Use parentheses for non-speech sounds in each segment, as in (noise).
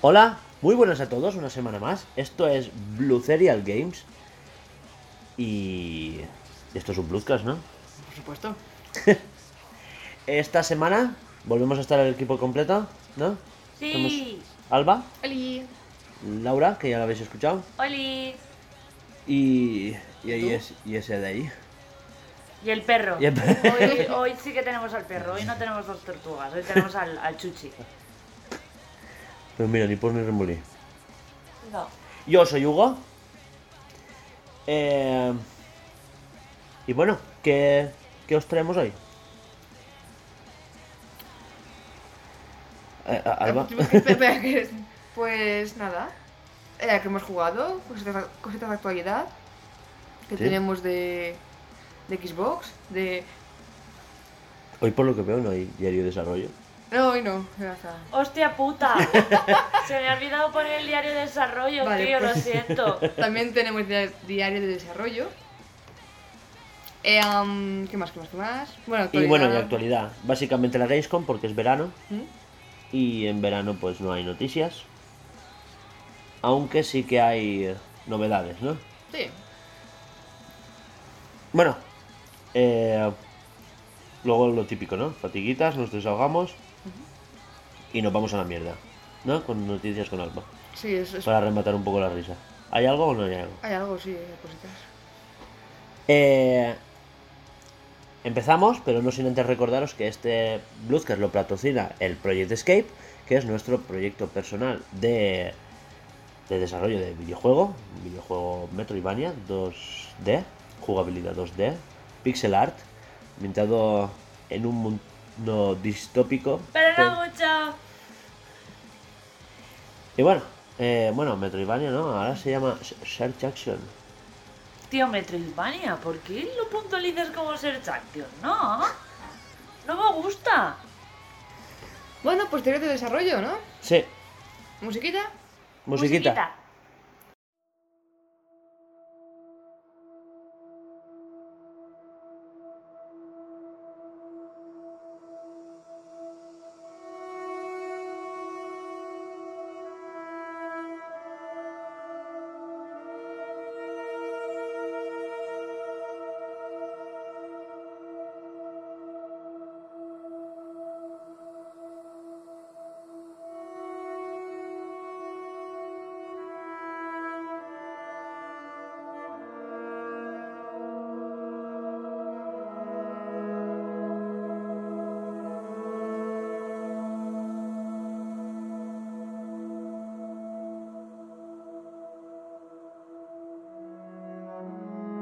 Hola, muy buenas a todos, una semana más. Esto es Blue Serial Games. Y. Esto es un Bluecast, ¿no? Por supuesto. (laughs) Esta semana volvemos a estar el equipo completo, ¿no? Sí. Alba, Oli. Laura, que ya la habéis escuchado. Oli. Y. Y, ahí es, y ese de ahí. Y el perro. Y el (laughs) Hoy, (laughs) hoy sí que tenemos al perro. Hoy no tenemos dos tortugas. Hoy tenemos al, al chuchi. Pero mira, ni por ni remolí. No. Yo soy Hugo. Eh, y bueno, ¿qué, qué os traemos hoy? Eh, a- Alba. Em, (laughs) Espera, que- pues nada, eh, ¿a qué hemos jugado? Cositas, cositas de actualidad que Sí. tenemos de, de Xbox, de... Hoy por lo que veo no hay diario de desarrollo. No, hoy no, ya está. ¡Hostia puta! Se me ha olvidado poner el diario de desarrollo, Vale, tío. Lo pues. siento. También tenemos dia- diario de desarrollo. Eh, am, ¿Qué más, qué más, qué más? Bueno, Y bueno, y actualidad. Básicamente la Gamescom porque es verano ¿Mm? y en verano pues no hay noticias. Aunque sí que hay eh, novedades, ¿no? Sí, Bueno, eh, luego lo típico, ¿no? Fatiguitas, nos desahogamos y nos vamos a la mierda, ¿no? Con noticias con alma, sí, es... es- para rematar un poco la risa. ¿Hay algo o no hay algo? Hay algo, sí, hay cositas. Eh, empezamos, pero no sin antes recordaros que este Bloodcast lo patrocina el Project Escape, que es nuestro proyecto personal de, de desarrollo de videojuego, un videojuego Metroidvania 2D, jugabilidad 2D, pixel art, ambientado en un mundo distópico. Pero con- no mucho. Y bueno, eh, bueno, Metroidvania, ¿no? Ahora se llama Search Action. Tío, Metroidvania, ¿por qué lo puntualizas como ser Action? No. No me gusta. Bueno, pues diario de desarrollo, ¿no? Sí, ¿Musiquita? musiquita.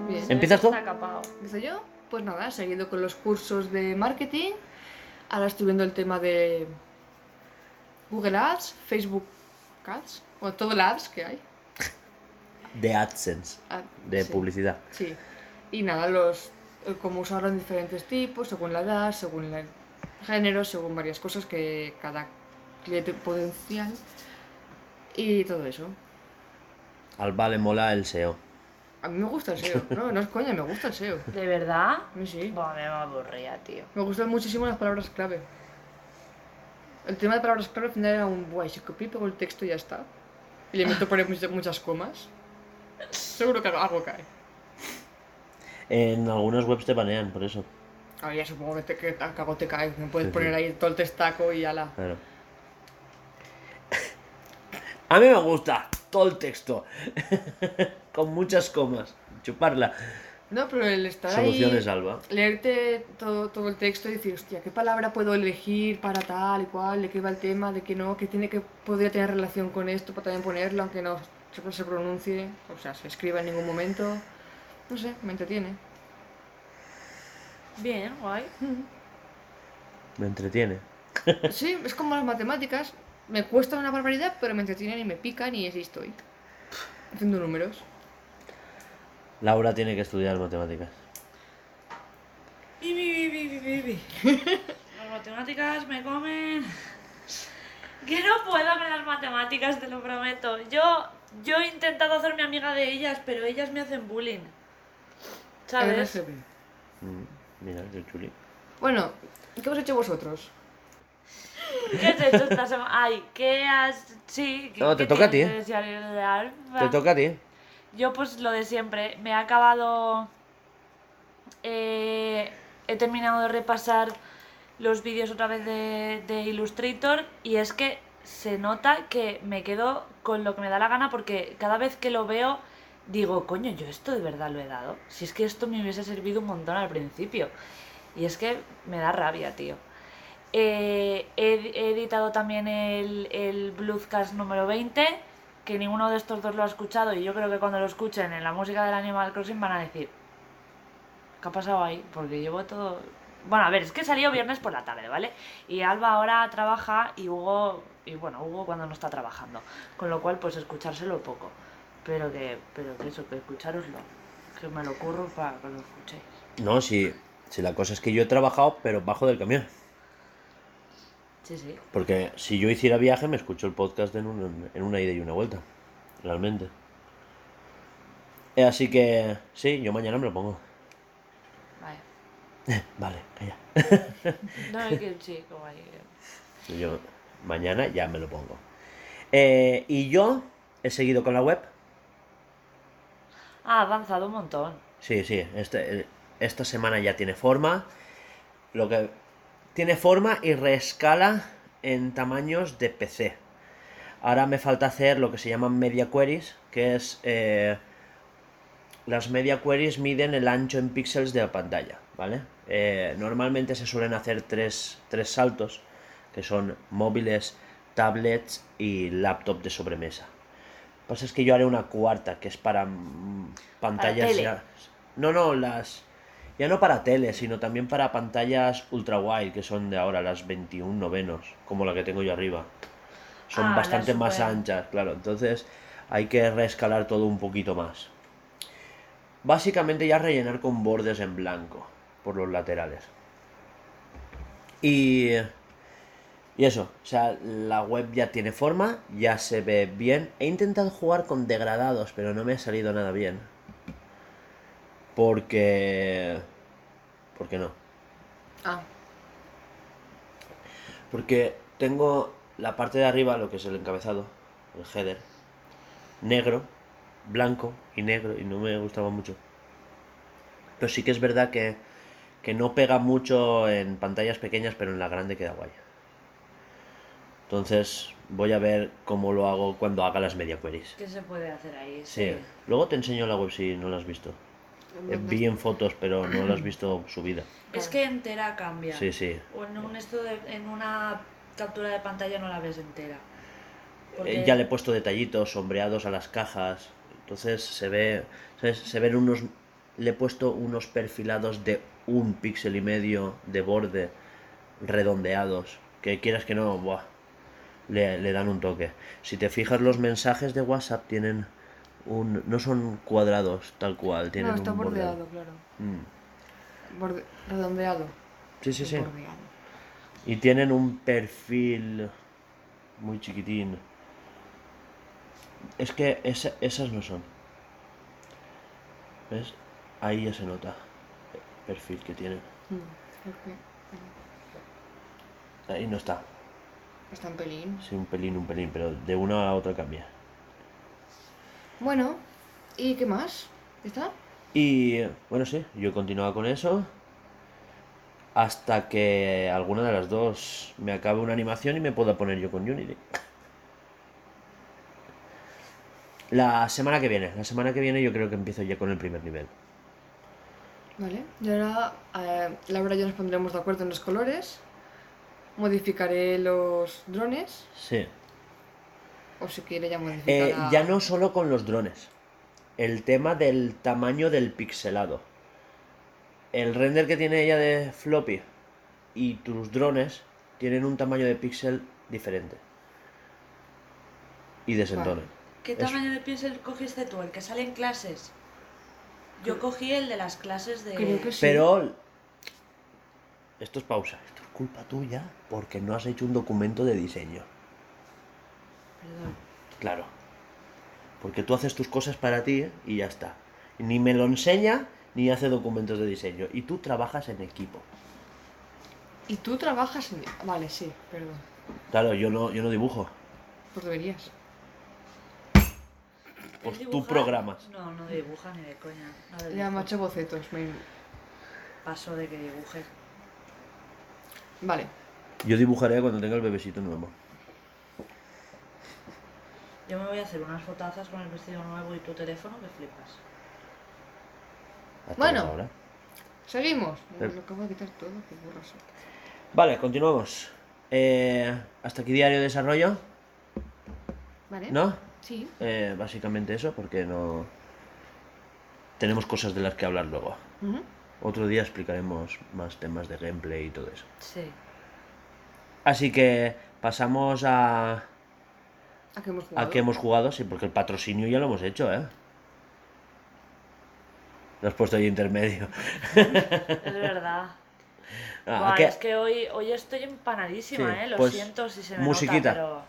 Bien. ¿Empiezas tú? Está capao. ¿Empiezo yo? Pues nada, seguido con los cursos de marketing. Ahora estoy viendo el tema de Google Ads, Facebook Ads, o todo el Ads que hay. De AdSense, Ad- de Ah, sí, publicidad. Sí. Y nada, los eh, cómo usarlos en diferentes tipos, según la edad, según el género, según varias cosas que cada cliente potencial y todo eso. Alba le mola el E SEO. A mí me gusta el SEO, no, no es coña, me gusta el SEO. ¿De verdad? A mí sí. Buah, me aburría, tío. Me gustan muchísimo las palabras clave. El tema de palabras clave al final era un guay, si copio y pego el texto y ya está. Y le meto poner muchas, muchas comas. Seguro que algo- algo cae. En algunas webs te banean por eso. Ahora Ah, ya supongo que, te, que al cabo te cae. No puedes Sí, sí. poner ahí todo el testaco y ala. Claro. (laughs) A mí me gusta todo el texto. (laughs) Con muchas comas. Chuparla. No, pero el estar Soluciones, ahí. Alba. Leerte todo, todo el texto y decir, hostia, ¿qué palabra puedo elegir para tal y cual? ¿De qué va el tema? ¿De qué no? ¿Qué tiene que podría tener relación con esto para también ponerlo, aunque no se- se pronuncie? O sea, se escriba en ningún momento. No sé, me entretiene. Bien, guay. Me entretiene. Sí, es como las matemáticas. Me cuesta una barbaridad, pero me entretienen y me pican y así estoy. Haciendo números. Laura tiene que estudiar matemáticas. (laughs) Bi, bi, bi, bi, bi, bi, bi. Las matemáticas me comen. Que no puedo con las matemáticas, te lo prometo. Yo, yo he intentado hacerme amiga de ellas, pero ellas me hacen bullying. ¿Sabes? RSB. Mm, Mira, yo chuli. Bueno, ¿qué hemos hecho vosotros? ¿Qué has hecho esta semana? Ay, ¿qué has...? Sí. ¿qué- No, te qué toca a ti, ¿eh? tienes que desear? Te toca a ti. Yo pues lo de siempre, me ha acabado... eh, he terminado de repasar los vídeos otra vez de, de Illustrator y es que se nota que me quedo con lo que me da la gana porque cada vez que lo veo digo, coño, yo esto de verdad lo he dado. Si es que esto me hubiese servido un montón al principio. Y es que me da rabia, tío. Eh, he, he editado también el, el Bluescast número 20, que ninguno de estos dos lo ha escuchado y yo creo que cuando lo escuchen en la música del Animal Crossing van a decir, ¿qué ha pasado ahí? Porque llevo todo... Bueno, a ver, es que salió viernes por la tarde, ¿vale? Y Alba ahora trabaja y Hugo, y bueno, Hugo cuando no está trabajando, con lo cual pues escuchárselo poco, pero que, pero que eso, que escuchároslo, que me lo curro para que lo escuchéis. No, si, si la cosa es que yo he trabajado, pero bajo del camión. Sí, sí. Porque si yo hiciera viaje, me escucho el podcast en, un- en una ida y una vuelta. Realmente. Eh, Así que, sí, yo mañana me lo pongo. (laughs) Vale. Vale, calla. No, es que sí, como ahí. Yo mañana ya me lo pongo. Eh, y yo he seguido con la web. Ah, Ha avanzado un montón. Sí, sí, este- eh, esta semana ya tiene forma. Lo que tiene forma y reescala en tamaños de PC. Ahora me falta hacer lo que se llaman media queries, que es eh, las media queries miden el ancho en píxeles de la pantalla, ¿vale? Eh, normalmente se suelen hacer tres, tres saltos, que son móviles, tablets y laptop de sobremesa. Lo que pasa es que yo haré una cuarta, que es para mm, pantallas tele. ya... No, no, las... Ya no para tele, sino también para pantallas ultra wide, que son de ahora las 21 novenos, como la que tengo yo arriba. Son Ah, las bastante más super- anchas, claro. Entonces hay que reescalar todo un poquito más. Básicamente ya rellenar con bordes en blanco por los laterales. Y, y eso, o sea, la web ya tiene forma, ya se ve bien. He intentado jugar con degradados, pero no me ha salido nada bien. Porque... Porque no. Ah, Porque tengo la parte de arriba, lo que es el encabezado, el header, negro, blanco y negro, y no me gustaba mucho. Pero sí que es verdad que, que no pega mucho en pantallas pequeñas, pero en la grande queda guay. Entonces voy a ver cómo lo hago cuando haga las media queries. ¿Qué se puede hacer ahí? Sí. Luego te enseño la web si no la has visto. Eh, Vi en fotos, pero no la has visto subida. Es que entera cambia. Sí, sí. O en, un esto de- en una captura de pantalla no la ves entera. Eh, ya le he puesto detallitos sombreados a las cajas. Entonces se ve. ¿sabes? Se ven unos. Le he puesto unos perfilados de un píxel y medio de borde redondeados. Que quieras que no, buah, le, le dan un toque. Si te fijas, los mensajes de WhatsApp tienen un. no son cuadrados tal cual, tienen no, está un bordeado. bordeado, claro. Mm. Borde- redondeado. Sí, sí, sí. Bordeado. Y tienen un perfil muy chiquitín. Es que esa- esas no son. ¿Ves? Ahí ya se nota el perfil que tienen. Mm, ok. Ahí no está. Está un pelín. Sí, un pelín, un pelín, pero de una a otra cambia. Bueno, ¿y qué más? ¿Ya ¿Está? Y bueno, sí, yo he continuado con eso. Hasta que alguna de las dos me acabe una animación y me pueda poner yo con Unity. La semana que viene, la semana que viene yo creo que empiezo ya con el primer nivel. Vale. Y ahora, eh, Laura y yo nos pondremos de acuerdo en los colores. Modificaré los drones. Sí. O si quiere ya Eh, modificará... ya no solo con los drones. El tema del tamaño del pixelado. El render que tiene ella de floppy y tus drones tienen un tamaño de píxel diferente. Y desentonan. ¿Qué eso. tamaño de pincel cogiste tú? ¿El que sale en clases? Yo cogí el de las clases de... Creo que sí. Pero... Esto es pausa. Esto es culpa tuya porque no has hecho un documento de diseño. Perdón. Claro. Porque tú haces tus cosas para ti ¿eh? y ya está. Ni me lo enseña ni hace documentos de diseño. Y tú trabajas en equipo. Y tú trabajas en... Vale, sí, perdón. Claro, yo no, yo no dibujo. Pues deberías. Pues ¿Él tú dibuja? programas. No, no dibuja ni de coña. No le Ya dibujo. me ha hecho bocetos. me- Paso de que dibuje. Vale. Yo dibujaré cuando tenga el bebecito nuevo. Yo me voy a hacer unas fotazas con el vestido nuevo y tu teléfono que flipas. Hasta Bueno. ahora. Seguimos. Sí. Lo acabo de quitar todo, qué borroso. Vale, continuamos. Eh, hasta aquí diario de desarrollo, ¿Vale? ¿no? Sí. Eh, básicamente eso, porque no... Tenemos cosas de las que hablar luego. Ujú. Otro día explicaremos más temas de gameplay y todo eso. Sí. Así que pasamos a... ¿A qué hemos jugado? ¿A qué hemos jugado? Sí, porque el patrocinio ya lo hemos hecho, ¿eh? Lo has puesto ahí intermedio. (laughs) Es verdad. Ah, ¿a Buah, qué? Es que hoy, hoy estoy empanadísima, Sí, ¿eh? Lo pues, siento si se me musiquita. nota, pero...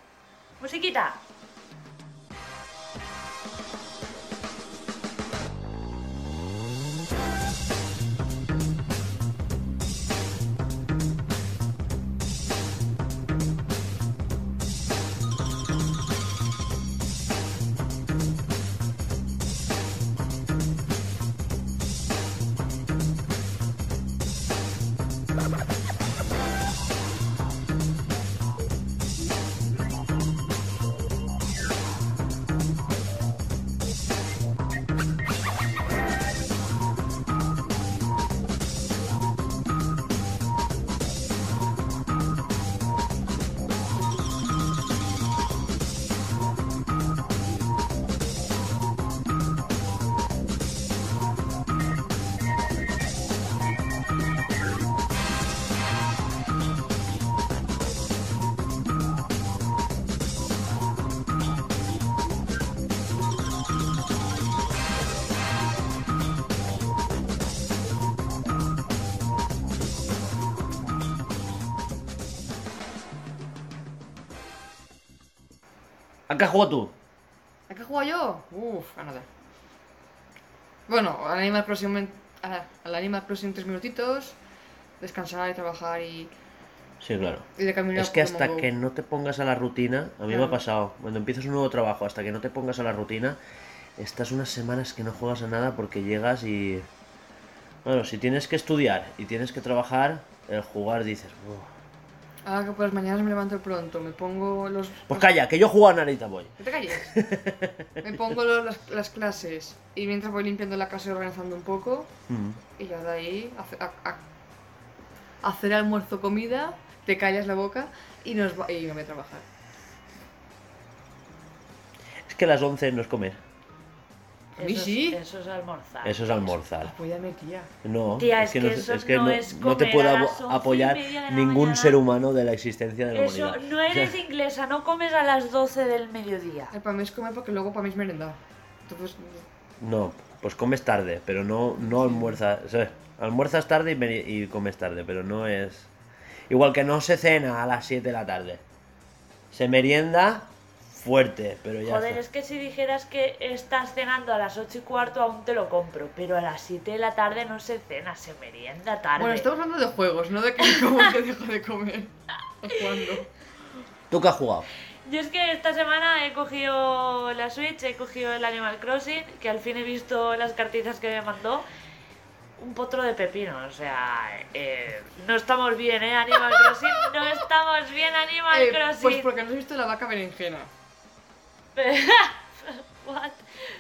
¡Musiquita! ¿A qué has jugado tú? ¿A qué he jugado yo? Uf, a nada. Bueno, al Animal Crossing, men- a- al Animal Crossing tres minutitos, descansar y trabajar y, Sí, claro. y de camino Es a que Pokémon hasta Go. que no te pongas a la rutina, a mí me ha Claro. pasado, cuando empiezas un nuevo trabajo, hasta que no te pongas a la rutina, estás unas semanas que no juegas a nada porque llegas y... Bueno, si tienes que estudiar y tienes que trabajar, el jugar dices... "Uf". Ahora Ah, que por las mañanas me levanto pronto, me pongo los... Pues calla, que yo juego a Narita Boy. ¡No (laughs) te calles! me pongo los- las, las clases y mientras voy limpiando la casa y organizando un poco Mm. y ya de ahí hace- a- a- hacer almuerzo, comida, te callas la boca y, nos va- y me voy a trabajar. Es que a las 11 no es comer, A mí Eso es- sí. eso es almorzar. eso es almorzar. Apóyame, tía. No, Ah, pues, Tía, es que no, eso es que no no- es no te comer puedo a abo- las once y apoyar media de la ningún mañana. ser humano de la existencia de la Eso, humanidad. no (laughs) eres inglesa, no comes a las 12 del mediodía. Ay, para mí es comer porque luego para mí es merendar. Entonces, No, pues comes tarde, pero no, no almuerzas. o sea, almuerzas tarde y, meri- y comes tarde, pero no es. Igual que no se cena a las 7 de la tarde. Se merienda fuerte, pero ya. Joder, está. es que si dijeras que estás cenando a las 8 y cuarto aún te lo compro, pero a las 7 de la tarde no se cena, se merienda tarde. bueno, estamos hablando de juegos, no de que (laughs) como que dejo de comer. ¿O cuándo? ¿Tú qué has jugado? Yo es que esta semana he cogido la Switch, he cogido el Animal Crossing, que al fin he visto las cartitas que me mandó. Un potro de pepino, o sea, eh, no estamos bien, ¿eh? (laughs) Animal Crossing, no estamos bien, Animal Eh, pues Crossing. porque no has visto la vaca berenjena. (laughs) What?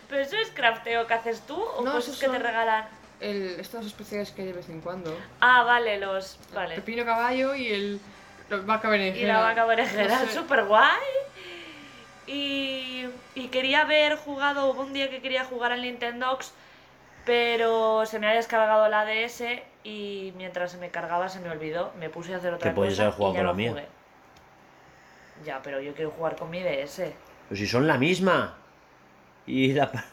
¿Pero eso es crafteo que haces tú o No, cosas esos que te son- regalan? El, estos especiales que hay de vez en cuando. El Ah, vale, los... Vale. Pepino caballo y el la vaca berenjena. Y la vaca berenjena, No sé. súper guay. Y, y quería haber jugado, hubo un día que quería jugar al Nintendox, pero se me ha descargado la DS y mientras se me cargaba se me olvidó, me puse a hacer otra Que cosa. podías haber jugado y ya con no la mía. jugué. Ya, pero yo quiero jugar con mi DS. Pues si son la misma. Y la pa-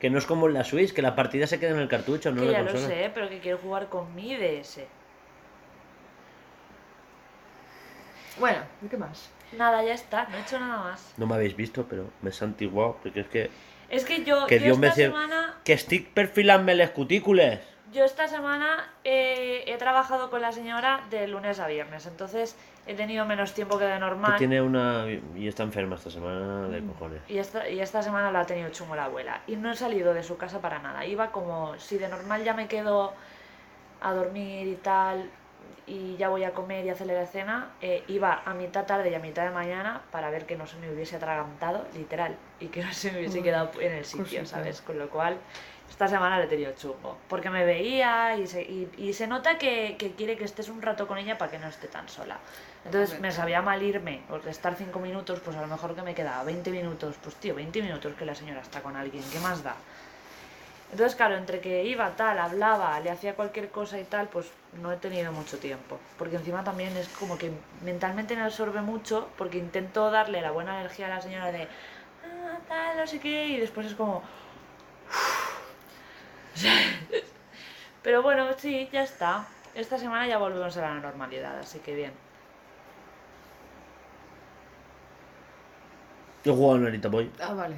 que no es como en la Switch, que la partida se queda en el cartucho, no que en la ya lo consola. sé, pero que quiero jugar con mi DS. Bueno, ¿y qué más? Nada, ya está, no he hecho nada más. No me habéis visto, pero me he santiguado porque es que. Es que yo, Que yo Dios me esta se- semana, ¡Que estoy perfilándome las cutículas! yo esta semana eh, he trabajado con la señora de lunes a viernes, entonces he tenido menos tiempo que de Que normal. tiene una. Y está enferma esta semana Mm. de cojones. Y esta, y esta semana la ha tenido chungo la abuela. Y no he salido de su casa para nada. Iba como, si de normal ya me quedo a dormir y tal, y ya voy a comer y hacerle la cena, eh, iba a mitad tarde y a mitad de mañana para ver que no se me hubiese atragantado, literal, y que no se me hubiese Uy, quedado en el sitio, cosita. ¿sabes? Con lo cual, esta semana le he tenido chungo. Porque me veía y se, y, y se nota que, que quiere que estés un rato con ella para que no esté tan sola. Entonces Totalmente. me sabía mal irme, porque estar 5 minutos, pues a lo mejor que me quedaba 20 minutos, pues tío, 20 minutos que la señora está con alguien, ¿qué más da? Entonces, claro, entre que iba, tal, hablaba, le hacía cualquier cosa y tal, pues no he tenido mucho tiempo. Porque encima también es como que mentalmente me absorbe mucho, porque intento darle la buena energía a la señora de, ah, tal, no sé qué, y después es como... (laughs) Pero bueno, sí, ya está. Esta semana ya volvemos a la normalidad, así que bien. Yo jugaba en ahorita voy. Ah, vale.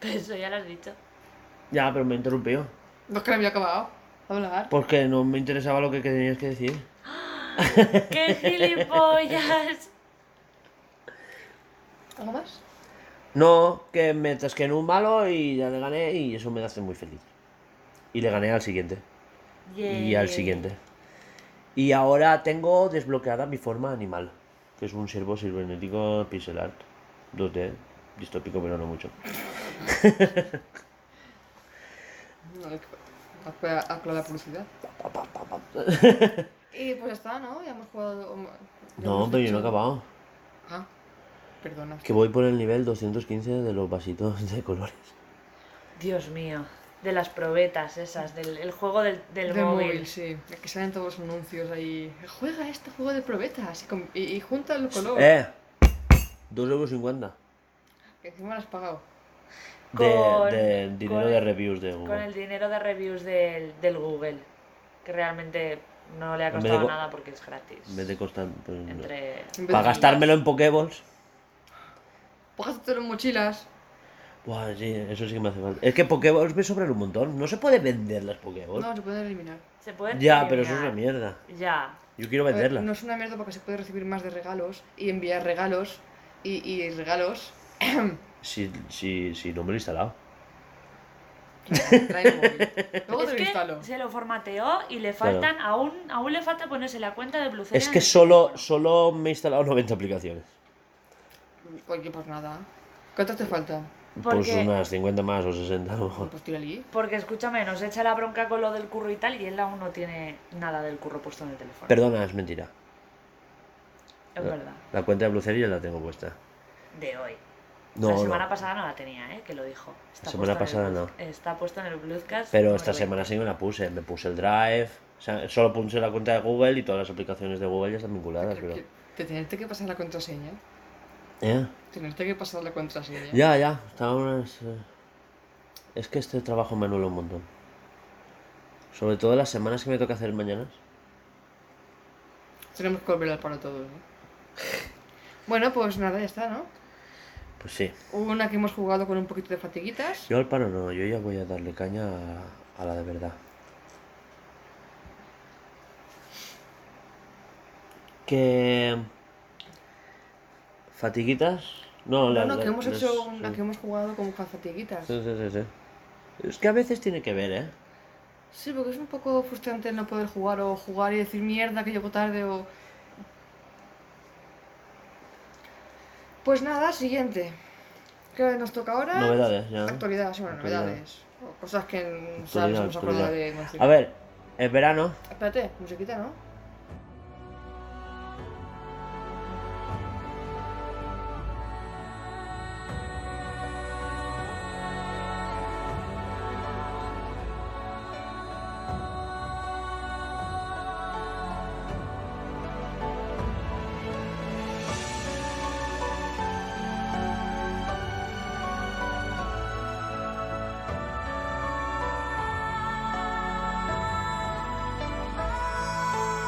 Eso ya lo has dicho. Ya, pero me interrumpió. No es que la había acabado. Hablar. Porque no me interesaba lo que tenías que decir. ¡Qué gilipollas! ¿Algo más? No, que me tasqué en un malo y ya le gané y eso me hace muy feliz. Y le gané al siguiente. (laughs) Y al Yay. siguiente. Y ahora tengo desbloqueada mi forma animal, que es un servo cibernético pixel art 2D, distópico pero no mucho. No, es que- a- a- a (laughs) la publicidad. Pa, pa, pa, pa. Y pues ya está, ¿no? Ya hemos jugado. o- ya No, pero yo hemos no he hecho- acabado. Ah, perdona. Que voy por el nivel 215 de los vasitos de colores. (laughs) Dios mío. De las probetas esas, del el juego del, del de móvil. móvil, sí. Es Que salen todos los anuncios ahí. Juega este juego de probetas y, com- y, y junta los colores. ¡Eh! 2,50 Que encima lo has pagado. euros Con- de, de dinero con- de reviews de Google. Con el dinero de reviews del, del Google. Que realmente no le ha En vez de costado co- nada porque es gratis. En vez de costar. pues, no. Entre... En vez Para de- gastármelo en Pokéballs. Pógatelo en mochilas. Buah, sí, eso sí que me hace falta. Es que Pokéballs me sobran un montón. No se puede vender las Pokéballs. No, se pueden eliminar. Se puede ya, pero eso es una eliminar. mierda. Ya. Yo quiero A ver, venderla. No es una mierda porque se puede recibir más de regalos y enviar regalos y, y regalos. (laughs) Si, si, si no me lo he instalado. Trae el móvil. Luego Es te lo que instalo. se lo formateó y le Claro. faltan, aún, aún le falta ponerse la cuenta de Blue Es que solo, solo me he instalado 90 aplicaciones. Oye, pues nada. ¿Cuántas te faltan? Pues Porque- unas 50 más o 60 a lo mejor. Pues tira allí. Porque escúchame, nos echa la bronca con lo del curro y tal, y él aún no tiene nada del curro puesto en el teléfono. Perdona, es mentira. Eh. Es verdad. La cuenta de Blue Series la tengo puesta. De hoy. No, la semana no. pasada no la tenía, ¿eh? Que lo dijo. Está La semana puesto en el pasada Bluz- Está puesto en el Bluecast. Pero número esta 20. semana sí me la puse. Me puse el Drive. O sea, solo puse la cuenta de Google y todas las aplicaciones de Google ya están vinculadas. Pero... Que- Te tenerte que pasar la contraseña. ¿Eh? Tenerte que pasar la contraseña. Ya, ya, está unas, eh, Es que este trabajo me anula un montón. Sobre todo las semanas que me toca hacer mañanas. Tenemos que volver al paro todos, ¿no? (laughs) Bueno, pues nada, ya está, ¿no? Pues sí. Una que hemos jugado con un poquito de fatiguitas. Yo al paro no, yo ya voy a darle caña a, a la de verdad. Que... ¿Fatiguitas? No, No, la- no, la- que hemos las- hecho una sí. que hemos jugado como con fatiguitas. Sí, sí, sí, sí. Es que a veces tiene que ver, ¿eh? Sí, porque es un poco frustrante no poder jugar o jugar y decir mierda que llego tarde o... Pues nada, siguiente. ¿Qué nos toca ahora? Novedades, ya. Ah, Actualidad, sí, bueno, Actualidad. novedades. O cosas que en Actualidad, sabes, hemos acordado actualidad. de decir. A ver, es verano. Espérate, musiquita, ¿no? Thank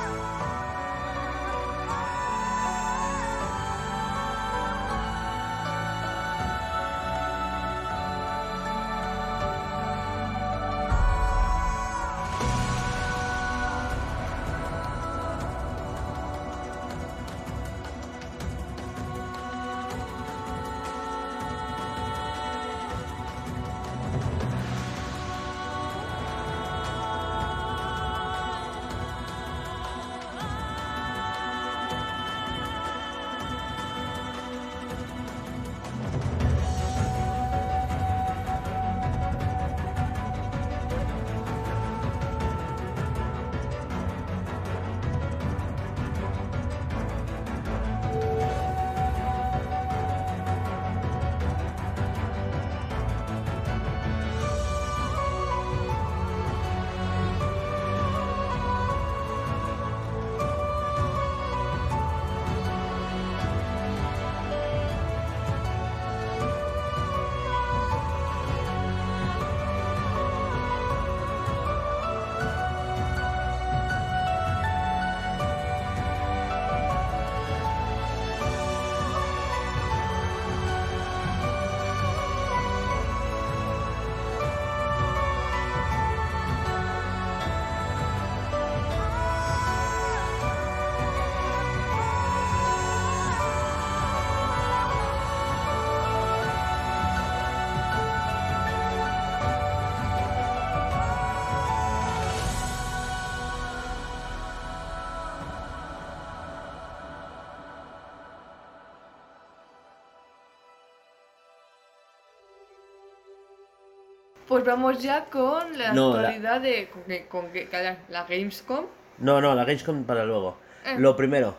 Pues vamos ya con la No, la- actualidad de. Con, que- con que- calla, la Gamescom. No, no, la Gamescom para luego. Eh. Lo primero,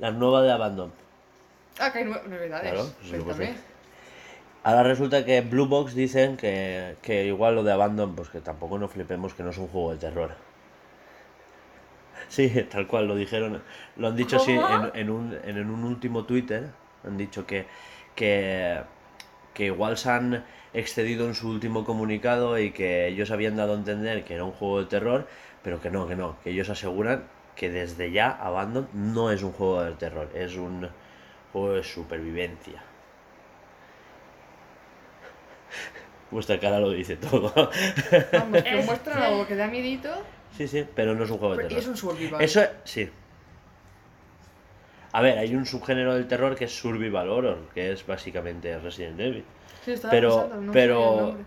la nueva de Abandon. Ah, que hay nue- novedades. Claro, sí, lo Cuéntame. puse. Ahora resulta que Blue Box dicen que, que igual lo de Abandon, pues que tampoco nos flipemos que no es un juego de terror. Sí, (laughs) tal cual, lo dijeron, lo han dicho así ¿Cómo? en, en un, en, en un último Twitter, han dicho que, que, que igual se han excedido en su último comunicado y que ellos habían dado a entender que era un juego de terror, pero que no, que no, que ellos aseguran que desde ya Abandon no es un juego de terror, es un juego de supervivencia. Vuestra Pues cara lo dice todo. (laughs) Vamos, que Es- muestran algo que da miedito. sí, sí, pero no es un juego de pero- Y terror. es un survival. Eso sí. A ver, hay un subgénero del terror que es survival horror, que es básicamente Resident Evil. Sí, estaba pero- pensando, no pero- sabía el nombre.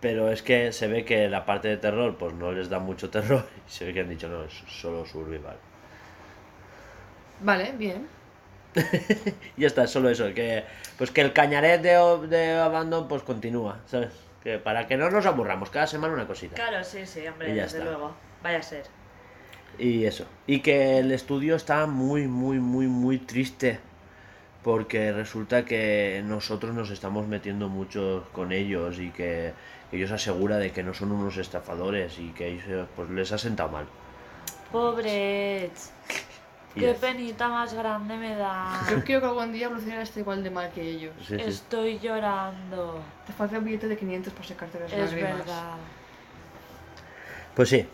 Pero es que se ve que la parte de terror pues no les da mucho terror (laughs) y se ve que han dicho no, es solo survival. Vale, bien. Y ya está, es solo eso, que pues que el cañaret de, O- de Abandon pues continúa, ¿sabes? Que para que no nos aburramos, cada semana una cosita. Claro, sí, sí, hombre, Y ya desde está. luego. Vaya a ser. Y eso. Y que el estudio está muy, muy, muy, muy triste. Porque resulta que nosotros nos estamos metiendo mucho con ellos y que, que ellos asegura de que no son unos estafadores y que ellos pues, les ha sentado mal. Pobre. Y Qué es- penita más grande me da. Yo creo que algún día Lucía esté igual de mal que ellos. (laughs) sí, sí. Estoy llorando. Te falta un billete de 500 para sacarte las Es lágrimas. verdad. Pues sí.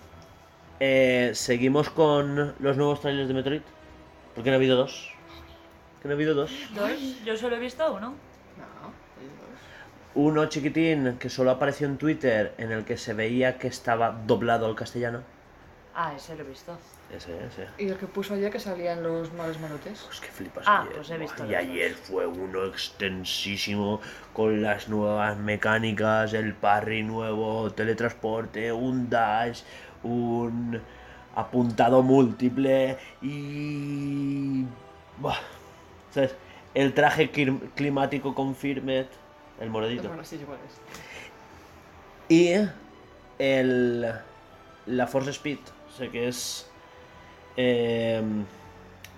Eh, Seguimos con los nuevos trailers de Metroid. Porque no ha habido dos. Que no ha habido dos. ¿Dos? Yo solo he visto uno. No, ellos. Uno chiquitín que solo apareció en Twitter en el que se veía que estaba doblado al castellano. Ah, ese lo he visto. Ese, ese. Y el que puso ayer que salían los malos malotes. Pues que flipas Ah, ayer. pues he visto Buah, Y los ayer fue uno extensísimo con las nuevas mecánicas, el parry nuevo, teletransporte, un dash, un apuntado múltiple y... Buah, ¿Sabes? El traje clim- climático confirmed, el moradito. Bueno, sí, iguales. Y el, la Force Speed, o sea que es... em,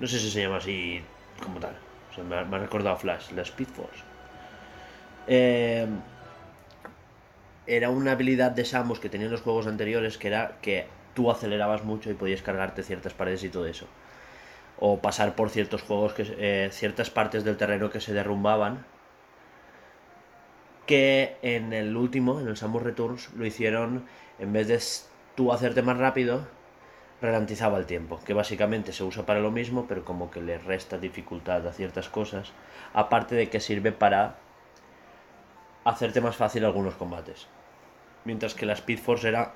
no sé si se llama así como tal. O sea, me, ha, me ha recordado a Flash, la Speed Force. Em, era una habilidad de Samus que tenía en los juegos anteriores que era que tú acelerabas mucho y podías cargarte ciertas paredes y todo eso. O pasar por ciertos juegos, que, eh, ciertas partes del terreno que se derrumbaban que en el último, en el Samus Returns, lo hicieron, en vez de s- tú hacerte más rápido, ralentizaba el tiempo, que básicamente se usa para lo mismo, pero como que le resta dificultad a ciertas cosas, aparte de que sirve para hacerte más fácil algunos combates. Mientras que la Speed Force era...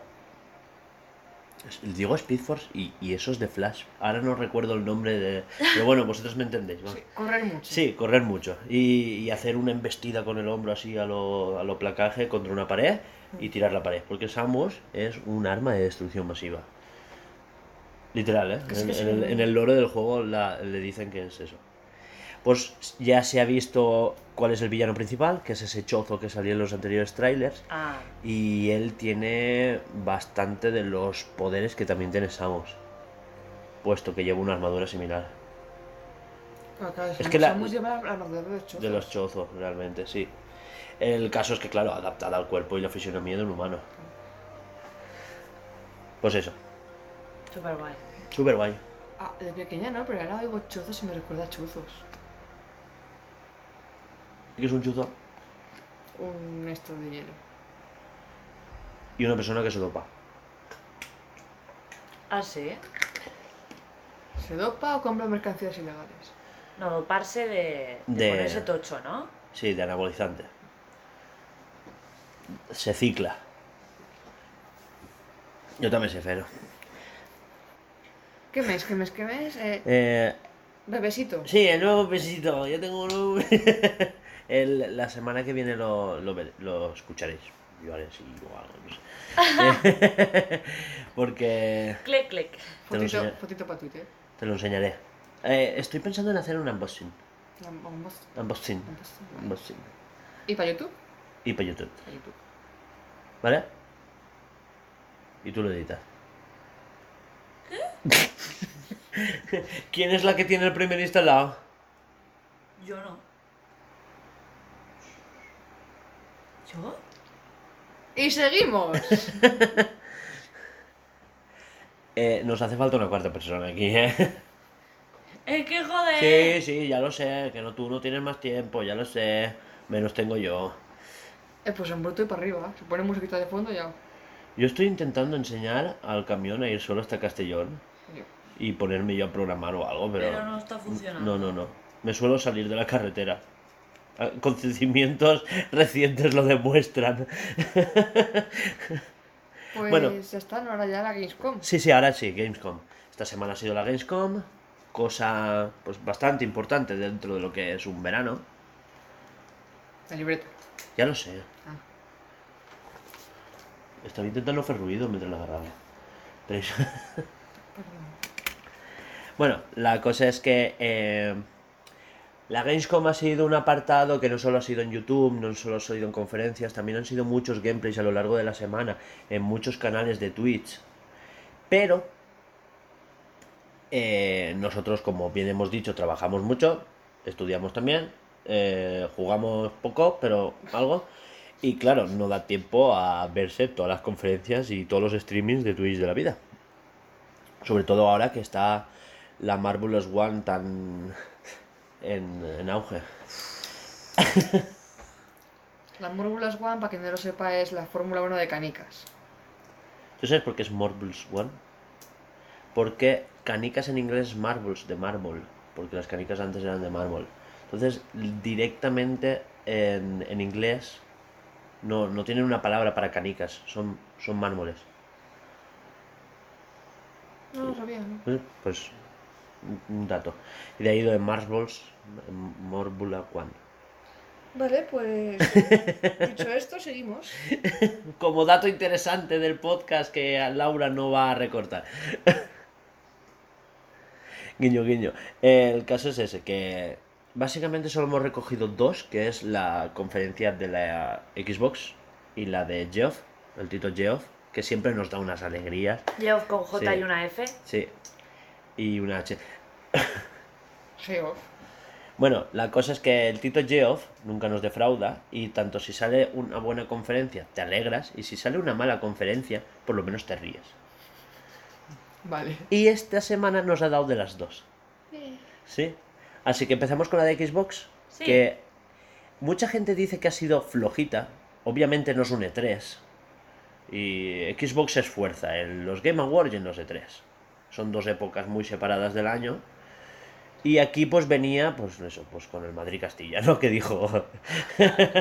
es- Digo Speed Force y, y eso es de Flash. Ahora no recuerdo el nombre de... Pero bueno, vosotros me entendéis. ¿no? Sí, correr mucho. Sí, correr mucho. Y, y hacer una embestida con el hombro así a lo, a lo placaje contra una pared y tirar la pared. Porque Samus es un arma de destrucción masiva. Literal, ¿eh? Que sí, en, que sí. en el, en el lore del juego la- le dicen que es eso. Pues ya se ha visto cuál es el villano principal, que es ese chozo que salió en los anteriores trailers. Ah, Y él tiene bastante de los poderes que también tiene Samus. Puesto que lleva una armadura similar. es que que la- la... Samus lleva la armadura de hecho. De los chozos, realmente, sí. El caso es que, claro, adaptada al cuerpo y la fisionomía de un humano. Pues eso, súper guay. súper guay. Ah, de pequeña no, pero ahora oigo chozos y me recuerda a chuzos. ¿Qué es un chuzo? Un esto de hielo. Y una persona que se dopa. Ah, sí. ¿Se dopa o compra mercancías ilegales? No, doparse de, de De- ponerse tocho, ¿no? Sí, de anabolizante. Se cicla. Yo también sé, Fero. ¿Qué mes, qué mes, qué mes? Eh, Eh, bebesito. sí, el nuevo besito. Ya tengo un nuevo... (laughs) El- la semana que viene lo, lo, ver- lo escucharéis. Yo haré si o algo, no sé. (laughs) Porque... Clic, clic. Te lo Fotito, enseñaré. fotito para Twitter. Te lo enseñaré. Eh, estoy pensando en hacer un unboxing. La- vamos- Unboxing. vamos- Unboxing. ¿Y para YouTube? y para YouTube. a YouTube. ¿Vale? Y tú lo editas. (laughs) ¿Quién es la que tiene el primer instalado? Yo no. ¿Yo? Y seguimos. (laughs) Eh, nos hace falta una cuarta persona aquí, ¿eh? (laughs) Es que joder. Sí, sí, ya lo sé, que no, tú no tienes más tiempo, ya lo sé. Menos tengo yo. Eh, pues en bruto y para arriba. Se pone musiquita de fondo y ya. Yo estoy intentando enseñar al camión a ir solo hasta Castellón Yo. y ponerme yo a programar o algo, pero... Pero, no está funcionando. No, no, no. Me suelo salir de la carretera. Ah, Acontecimientos (laughs) recientes lo demuestran. (laughs) Pues Bueno. ya está, ¿no? ahora ya la Gamescom. Sí, sí, ahora sí, Gamescom. Esta semana ha sido la Gamescom, cosa pues bastante importante dentro de lo que es un verano. La libreta. Ya lo sé. Ah. Estaba intentando no hacer ruido mientras la agarraba. Pero- Bueno, la cosa es que eh, la Gamescom ha sido un apartado que no solo ha sido en YouTube, no solo ha sido en conferencias, también han sido muchos gameplays a lo largo de la semana, en muchos canales de Twitch. Pero eh, nosotros, como bien hemos dicho, trabajamos mucho, estudiamos también, eh, jugamos poco, pero algo. Y claro, no da tiempo a verse todas las conferencias y todos los streamings de Twitch de la vida. Sobre todo ahora que está la Marvelous One tan en, en auge. La Morbulas One, para quien no lo sepa, es la Fórmula 1 de canicas. ¿Tú sabes por qué es Marvelous One? Porque canicas en inglés es marbles, de mármol. Porque las canicas antes eran de mármol. Entonces, directamente en, en inglés no, no tienen una palabra para canicas, son, son mármoles. No lo sabía, ¿no? Eh, Pues un- un dato. Y de ahí lo de marbles, Morbula One. Vale, (laughs) pues. dicho esto, seguimos. Como dato interesante del podcast que a Laura no va a recortar. (laughs) guiño, guiño. Eh, El caso es ese, que básicamente solo hemos recogido dos, que es la conferencia de la Xbox y la de Geoff, el tito Geoff, que siempre nos da unas alegrías. Geoff con J Sí. y una F. Sí. Y una H. Sí, oh, off. Bueno, la cosa es que el Tito Geoff nunca nos defrauda y tanto si sale una buena conferencia te alegras y si sale una mala conferencia por lo menos te ríes. Vale. Y esta semana nos ha dado de las dos. Sí. Así que empezamos con la de Xbox. Sí. Que mucha gente dice que ha sido flojita. Obviamente no es un E3. Y Xbox se esfuerza en los Game Awards y en los E3. Son dos épocas muy separadas del año. Y aquí pues venía, pues eso, pues con el Madrid Castellano que dijo (laughs)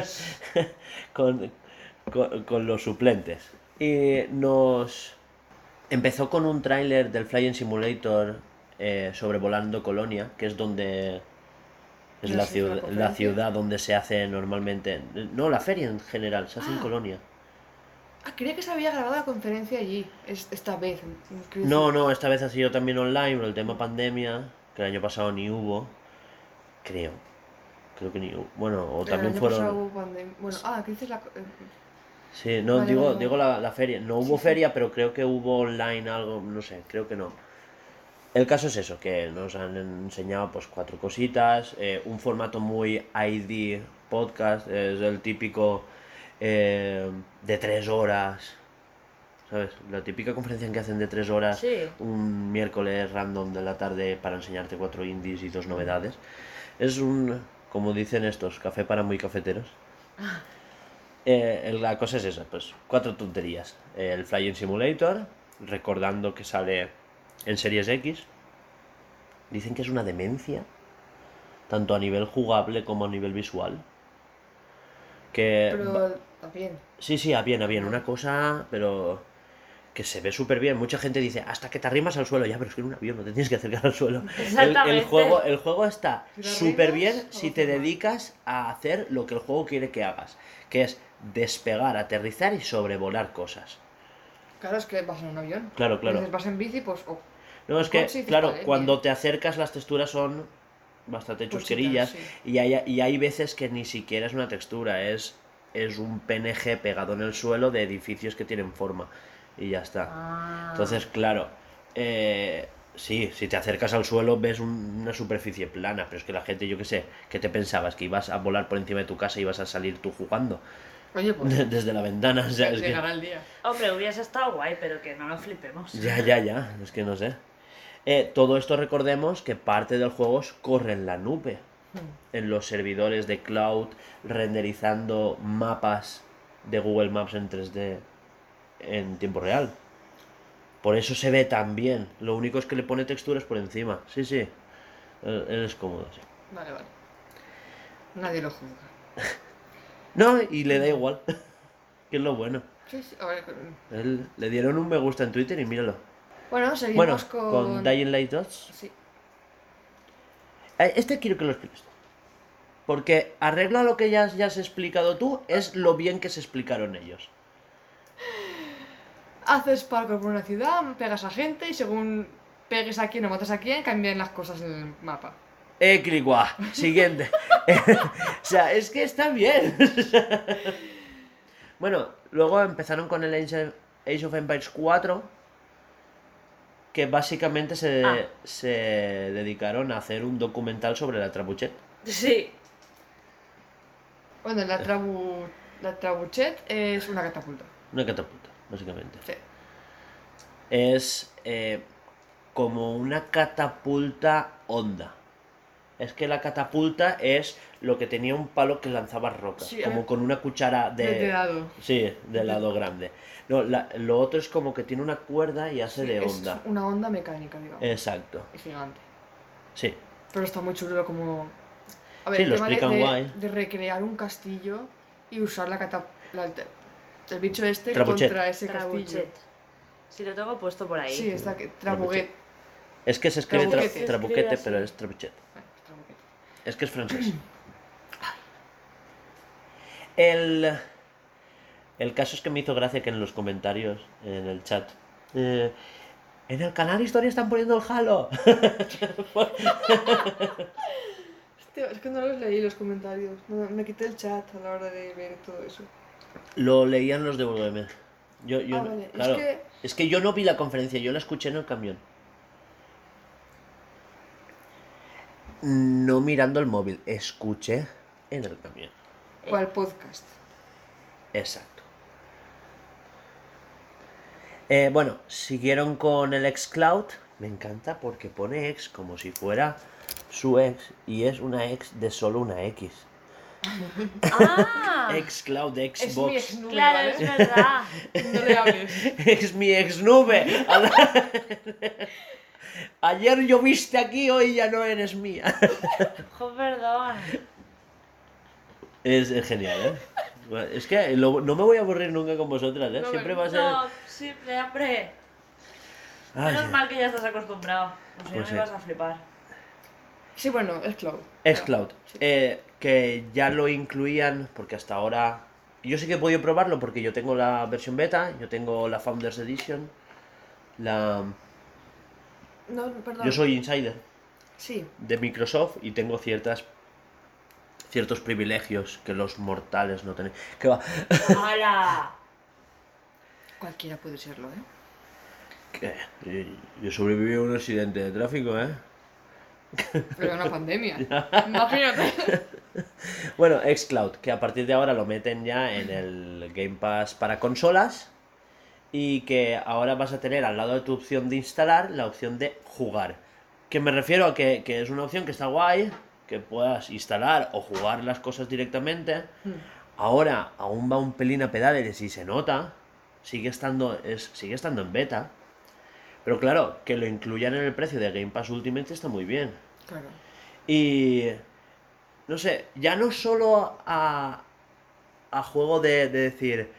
con, con- con los suplentes. Y nos empezó con un tráiler del Flying Simulator eh, sobrevolando Colonia, que es donde es Ya la, se hizo la ciudad, la conferencia. ciudad donde se hace normalmente, no, la feria en general, se hace en Ah. Colonia. Ah, creía que se había grabado la conferencia allí. Es- esta vez. Creo- No, no, esta vez ha sido también online por el tema pandemia, que el año pasado ni hubo, creo. Creo que ni hubo. Bueno, o Pero el también año fueron... pasado hubo pandem- Bueno, ah, ¿qué dices la. co- eh, Sí, no, Vale, digo, vale, vale. digo la, la feria. No hubo feria, pero creo que hubo online algo, no sé, creo que no. El caso es eso, que nos han enseñado pues cuatro cositas, eh, un formato muy ID podcast, es el típico eh, de tres horas, ¿sabes? La típica conferencia en que hacen de tres horas Sí. un miércoles random de la tarde para enseñarte cuatro indies y dos novedades. Es un, como dicen estos, café para muy cafeteros. Eh, el- la cosa es esa, pues cuatro tonterías. Eh, el Flying Simulator, recordando que sale en Series X. Dicen que es una demencia, tanto a nivel jugable como a nivel visual. Que va- Pero también. Sí, sí, a bien, a bien. Una cosa, pero que se ve súper bien. Mucha gente dice, hasta que te arrimas al suelo. Ya, pero es que en un avión no te tienes que acercar al suelo. El, Exactamente. el juego, el juego está ¿Te arrimas súper bien o si te firmas? dedicas a hacer lo que el juego quiere que hagas. Que es despegar, aterrizar y sobrevolar cosas. Claro, es que vas en un avión. Claro, claro. Entonces vas en bici, pues. oh, No, es que, Coche y claro, fiscales, cuando bien. te acercas las texturas son bastante Pochitas, chusquerillas pues, sí. y, hay, y hay veces que ni siquiera es una textura, es es un PNG pegado en el suelo de edificios que tienen forma. Y ya está. Ah. Entonces, claro, eh, sí, si te acercas al suelo ves un- una superficie plana, pero es que la gente, yo qué sé, ¿qué te pensabas? ¿Que ibas a volar por encima de tu casa y ibas a salir tú jugando (laughs) Oye, pues. de- desde la ventana? O sea, es que... llegará el día. Hombre, hubiese estado guay, pero que no nos flipemos. Ya, ya, ya, es que no sé. Eh, todo esto recordemos que parte del juego corre en la nube, Hmm, en los servidores de cloud, renderizando mapas de Google Maps en 3D en tiempo real. Por eso se ve tan bien. Lo único es que le pone texturas por encima. Sí, sí. Eh, Es cómodo, sí. Vale, vale. Nadie lo juzga. No, y le da igual. (laughs) que es lo bueno. Sí, sí, a ver, con- Él- le dieron un me gusta en Twitter y míralo. Bueno, seguimos Bueno, con. con Dying Light 2 Sí. Eh, Este quiero que lo expliques. tú. Porque arregla lo que ya, has- ya has explicado tú, es lo bien que se explicaron ellos. Haces parkour por una ciudad, pegas a gente y según pegues a quien o matas a quien, cambian las cosas en el mapa. Eh, Kiriguá, siguiente. (laughs) o sea, es que está bien. (laughs) bueno, luego empezaron con el Age of- Age of Empires 4, que básicamente se, Ah. se dedicaron a hacer un documental sobre la Trabuchet. Sí, Bueno, la, Eh. trabu... la trabuchet es una catapulta. Una catapulta, básicamente. Sí. es eh, como una catapulta onda. Es que la catapulta es lo que tenía un palo que lanzaba rocas, Sí, como eh. con una cuchara de... De dado. Sí, de lado grande. No, la- lo otro es como que tiene una cuerda y hace de Es onda. Eh. una onda mecánica, digamos. Exacto, Es gigante. sí. Pero está muy chulo como... A Sí, el lo tema de- explican de, guay. de recrear un castillo y usar la cata... la- el bicho este Trabuchet. contra ese castillo. Trabuchet. Si lo tengo puesto por ahí. Sí, está que... Trabuguet. Es que se escribe tra- Trabuquete. Se trabuquete, escribe así. pero es trabuchet. Bueno, trabuguet. Es que es francés. (clears throat) El, el caso es que me hizo gracia que en los comentarios, en el chat, eh, en el canal Historia están poniendo el Halo. Hostia, es que no los leí los comentarios. No, me quité el chat a la hora de ver todo eso. (laughs) Lo leían los de WM. Yo, yo ah, no- vale. claro, Es que... es que yo no vi la conferencia, yo la escuché en el camión. No mirando el móvil, escuché en el camión. ¿Cuál podcast? Exacto. Eh, bueno, siguieron con el xCloud. Me encanta porque pone ex como si fuera su ex y es una ex de solo una X. ¡Ah! xCloud de Es mi Xbox. exnube, claro, ¿vale? es (laughs) verdad. (laughs) No le hables. (laughs) Es mi ex (laughs) nube. Ayer lloviste aquí, hoy ya no eres mía. Jo, perdón. Es, es genial, ¿eh? Es que lo- no me voy a aburrir nunca con vosotras, ¿eh? No, Siempre pero- va a ser... No, siempre, hombre. Ay, Menos mal que ya estás acostumbrado. O si Pues no sí. me vas a flipar. Sí, bueno, es Cloud. xCloud, eh, que ya lo incluían, porque hasta ahora... Yo sí que he podido probarlo porque yo tengo la versión beta, yo tengo la Founders Edition, la... No, perdón. Yo soy insider Sí. de Microsoft y tengo ciertas ciertos privilegios que los mortales no tenéis. Que va, ¡Hala! Cualquiera puede serlo, ¿eh? que- eh, yo- yo sobreviví a un accidente de tráfico, ¿eh? Pero (laughs) una pandemia. (laughs) Imagínate. Bueno, xCloud, que a partir de ahora lo meten ya en el Game Pass para consolas y que ahora vas a tener al lado de tu opción de instalar la opción de jugar. Que me refiero a que, que es una opción que está guay, que puedas instalar o jugar las cosas directamente. Ahora aún va un pelín a pedales y se nota. Sigue estando, es, sigue estando en beta. Pero claro, que lo incluyan en el precio de Game Pass Ultimate está muy bien. Claro. Y. No sé, ya no solo a. a juego de, de decir.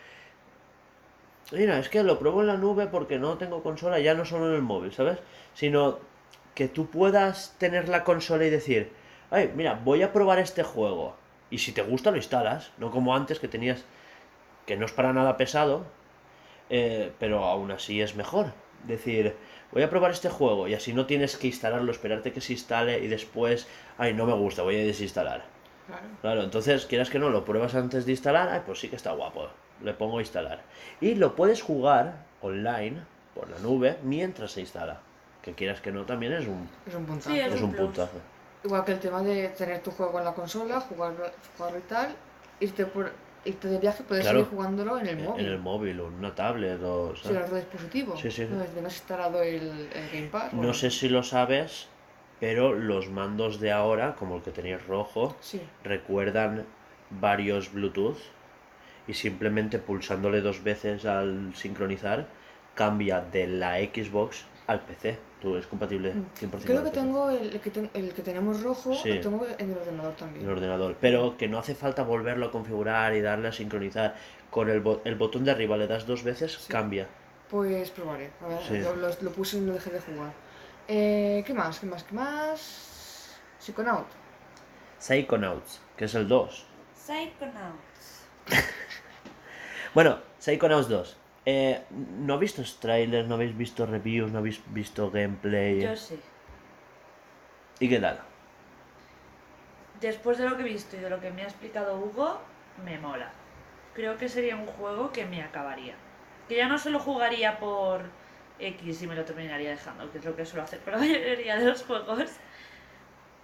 Mira, es que lo pruebo en la nube porque no tengo consola, ya no solo en el móvil, ¿sabes? Sino que tú puedas tener la consola y decir, ay, mira, voy a probar este juego. Y si te gusta, lo instalas. No como antes que tenías. que no es para nada pesado, eh, pero aún así es mejor. Decir, voy a probar este juego y así no tienes que instalarlo, esperarte que se instale y después, ay, no me gusta, voy a desinstalar. Claro. Claro, entonces quieras que no, lo pruebas antes de instalar, ay, pues sí que está guapo, le pongo a instalar. Y lo puedes jugar online, por la nube, mientras se instala. Que quieras que no, también es un, Es un puntazo. Sí, es un un plus. puntazo. Igual que el tema de tener tu juego en la consola, jugarlo, jugarlo y tal, irte, por, irte de viaje, puedes Claro. seguir jugándolo en el En móvil. el móvil o en una tablet o... Si en ¿sabes? otro dispositivo. Sí, sí, sí. No tengas instalado el, el Game Pass. No sé si lo sabes, pero los mandos de ahora, como el que tenéis rojo, Sí. recuerdan varios Bluetooth y simplemente pulsándole dos veces al sincronizar cambia de la Xbox al PC. Tú es compatible 100% con Mm, Creo el que PC, tengo el, el que ten- el que tenemos rojo, Sí. lo tengo en el ordenador también. el ordenador, pero que no hace falta volverlo a configurar y darle a sincronizar. Con el, bo- el botón de arriba le das dos veces, Sí. cambia. Pues probaré. A ver, Sí. lo, lo- lo puse y no dejé de jugar. Eh, ¿Qué más? ¿Qué más? ¿Qué más? Psychonaut. Psychonauts, que es el 2. Psychonauts. Bueno, Psychonauts 2. Eh, ¿No habéis visto trailers? ¿No habéis visto reviews? ¿No habéis visto gameplay? Yo sí. ¿Y qué tal? Después de lo que he visto y de lo que me ha explicado Hugo, me mola. Creo que sería un juego que me acabaría. Que ya no se lo jugaría por X y me lo terminaría dejando, que es lo que suelo hacer con la (laughs) mayoría de los juegos.